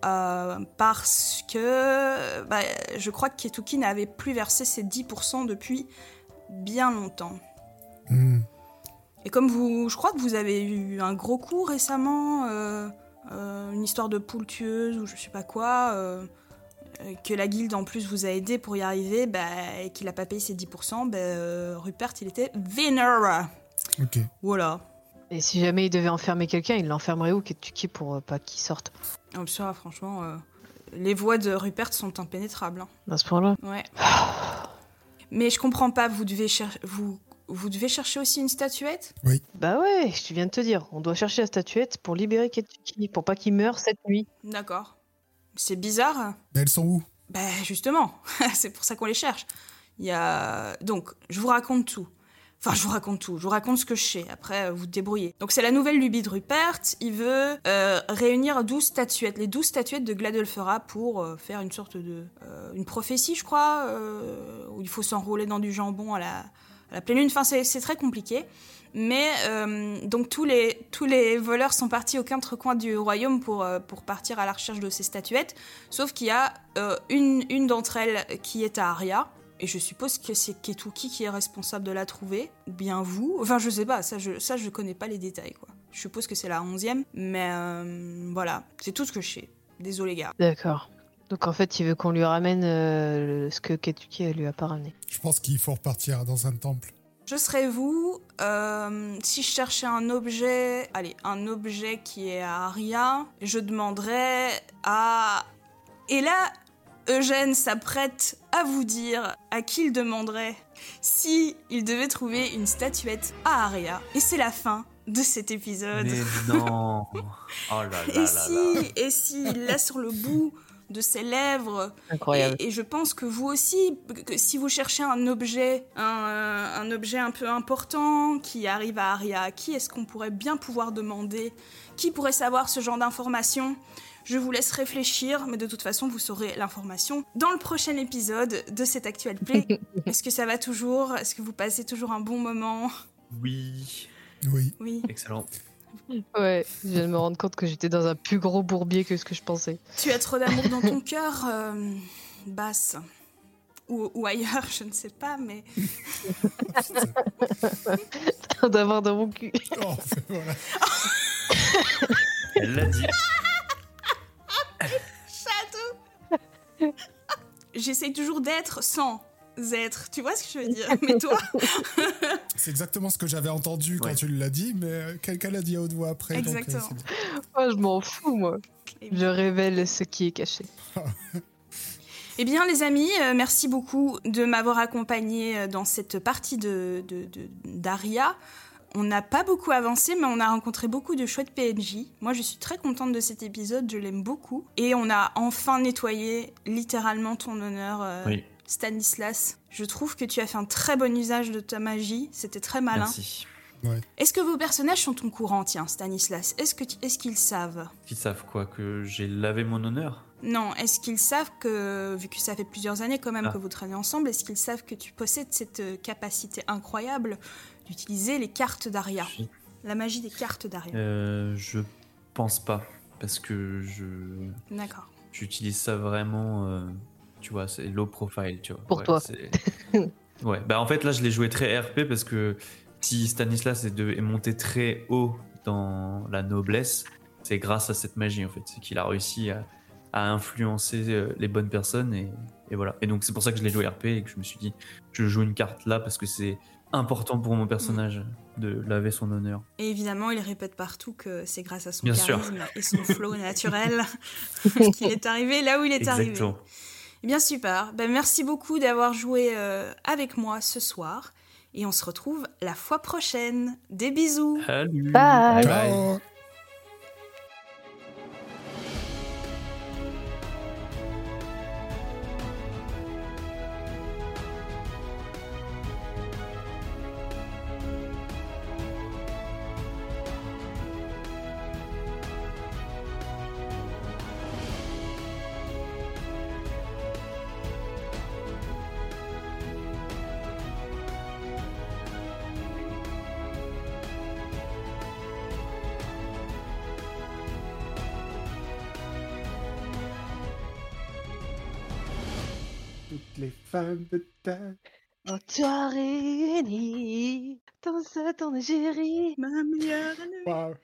Speaker 1: euh, parce que bah, je crois que Ketuki n'avait plus versé ses 10% depuis bien longtemps.
Speaker 4: Hmm.
Speaker 1: Et comme vous, je crois que vous avez eu un gros coup récemment, euh, euh, une histoire de poule tueuse ou je sais pas quoi, euh, euh, que la guilde en plus vous a aidé pour y arriver, bah, et qu'il a pas payé ses 10%, bah, euh, Rupert il était vénère.
Speaker 4: Ok.
Speaker 1: Voilà.
Speaker 2: Et si jamais il devait enfermer quelqu'un, il l'enfermerait où Qu'est-ce qui pour euh, pas qu'il sorte
Speaker 1: Comme Oh, ça, franchement, euh, les voix de Rupert sont impénétrables. hein.
Speaker 2: À ce point-là
Speaker 1: Ouais. Mais je comprends pas, vous devez, cher- vous, vous devez chercher aussi une statuette
Speaker 2: Bah ouais, je viens de te dire, on doit chercher la statuette pour libérer Ketsuki, pour pas qu'il meure cette nuit.
Speaker 1: D'accord. C'est bizarre.
Speaker 4: Mais elles sont où
Speaker 1: Ben justement, c'est pour ça qu'on les cherche. Il y a... Donc, je vous raconte tout. Enfin, je vous raconte tout. Je vous raconte ce que je sais. Après, euh, vous débrouillez. Donc, c'est la nouvelle lubie de Rupert. Il veut euh, réunir 12 statuettes, les 12 statuettes de Gladelfera pour euh, faire une sorte de... euh, une prophétie, je crois, euh, où il faut s'enrouler dans du jambon à la, à la pleine lune. Enfin, c'est c'est très compliqué. Mais euh, donc tous les, tous les voleurs sont partis aux quatre coins du royaume pour, euh, pour partir à la recherche de ces statuettes. Sauf qu'il y a euh, une, une d'entre elles qui est à Aria. Et je suppose que c'est Ketuki qui est responsable de la trouver. Ou bien vous. Enfin, je sais pas, ça je, ça, je connais pas les détails, quoi. Je suppose que c'est la onzième. Mais euh, voilà, c'est tout ce que je sais. Désolé, les gars.
Speaker 2: D'accord. Donc en fait, il veut qu'on lui ramène euh, le- ce que Ketsuki elle lui a pas ramené.
Speaker 4: Je pense qu'il faut repartir dans un temple.
Speaker 1: Je serais vous euh, si je cherchais un objet, allez, un objet qui est à Aria, je demanderais à. Et là, Eugène s'apprête à vous dire à qui il demanderait si il devait trouver une statuette à Aria. Et c'est la fin de cet épisode.
Speaker 3: Mais non. Oh là là
Speaker 1: Et
Speaker 3: là là.
Speaker 1: si, et si il l'a sur le bout de ses lèvres
Speaker 2: Incroyable.
Speaker 1: et, et je pense que vous aussi, que si vous cherchez un objet, un, euh, un objet un peu important qui arrive à Aria, à qui est-ce qu'on pourrait bien pouvoir demander Qui pourrait savoir ce genre d'informations Je vous laisse réfléchir, mais de toute façon, vous saurez l'information dans le prochain épisode de cet actuel play. est-ce que ça va toujours Est-ce que vous passez toujours un bon moment
Speaker 3: Oui.
Speaker 4: Oui.
Speaker 1: Oui.
Speaker 3: Excellent.
Speaker 2: Ouais, je viens de me rendre compte que j'étais dans un plus gros bourbier que ce que je pensais.
Speaker 1: Tu as trop d'amour dans ton cœur, euh, basse. Ou, ou ailleurs, je ne sais pas, mais
Speaker 4: Putain.
Speaker 2: D'avoir dans mon cul.
Speaker 4: Oh, voilà.
Speaker 3: Elle l'a dit.
Speaker 1: Château J'essaye toujours d'être sans être. Tu vois ce que je veux dire Mais toi
Speaker 4: C'est exactement ce que j'avais entendu quand
Speaker 3: Ouais.
Speaker 4: tu l'as dit, mais euh, quelqu'un l'a dit à haute voix après. donc, euh,
Speaker 1: Exactement.
Speaker 4: c'est-
Speaker 2: Moi, je m'en fous, moi. Je révèle ce qui est caché.
Speaker 1: Eh bien, les amis, euh, merci beaucoup de m'avoir accompagné euh, dans cette partie de, de- de- d'Aria. On n'a pas beaucoup avancé, mais on a rencontré beaucoup de chouettes PNJ. Moi, je suis très contente de cet épisode, je l'aime beaucoup. Et on a enfin nettoyé littéralement ton honneur, euh,
Speaker 3: Oui.
Speaker 1: Stanislas. Je trouve que tu as fait un très bon usage de ta magie, c'était très malin.
Speaker 3: Merci.
Speaker 1: Est-ce que vos personnages sont au courant, tiens, Stanislas Est-ce que tu- est-ce qu'ils savent
Speaker 3: Qu'ils savent quoi Que j'ai lavé mon honneur
Speaker 1: Non, est-ce qu'ils savent que, vu que ça fait plusieurs années quand même
Speaker 3: Ah.
Speaker 1: que vous traînez ensemble, est-ce qu'ils savent que tu possèdes cette euh, capacité incroyable d'utiliser les cartes d'Aria
Speaker 3: J'ai-
Speaker 1: La magie des cartes d'Aria.
Speaker 3: euh, Je pense pas. Parce que je
Speaker 1: D'accord.
Speaker 3: j'utilise ça vraiment. euh, tu vois, c'est low profile. Tu vois.
Speaker 2: Pour
Speaker 3: Ouais,
Speaker 2: toi.
Speaker 3: c'est- ouais. Bah en fait là, je l'ai joué très RP parce que si Stanislas est, de- est monté très haut dans la noblesse, c'est grâce à cette magie en fait, c'est qu'il a réussi à, à influencer euh, les bonnes personnes et, et voilà. Et donc c'est pour ça que je l'ai joué RP et que je me suis dit, je joue une carte là parce que c'est important pour mon personnage de laver son honneur.
Speaker 1: Et évidemment, il répète partout que c'est grâce à son
Speaker 3: Bien sûr.
Speaker 1: charisme et son flow naturel qu'il est arrivé là où il est arrivé.
Speaker 3: Exactement.
Speaker 1: Eh bien super. Ben, merci beaucoup d'avoir joué euh, avec moi ce soir. Et on se retrouve la fois prochaine. Des bisous.
Speaker 3: Salut.
Speaker 2: Bye.
Speaker 3: Bye.
Speaker 4: Ciao. toutes les femmes de ta.
Speaker 2: Oh, tu as réuni dans cette en Algérie.
Speaker 1: Ma meilleure amie.
Speaker 4: Waouh.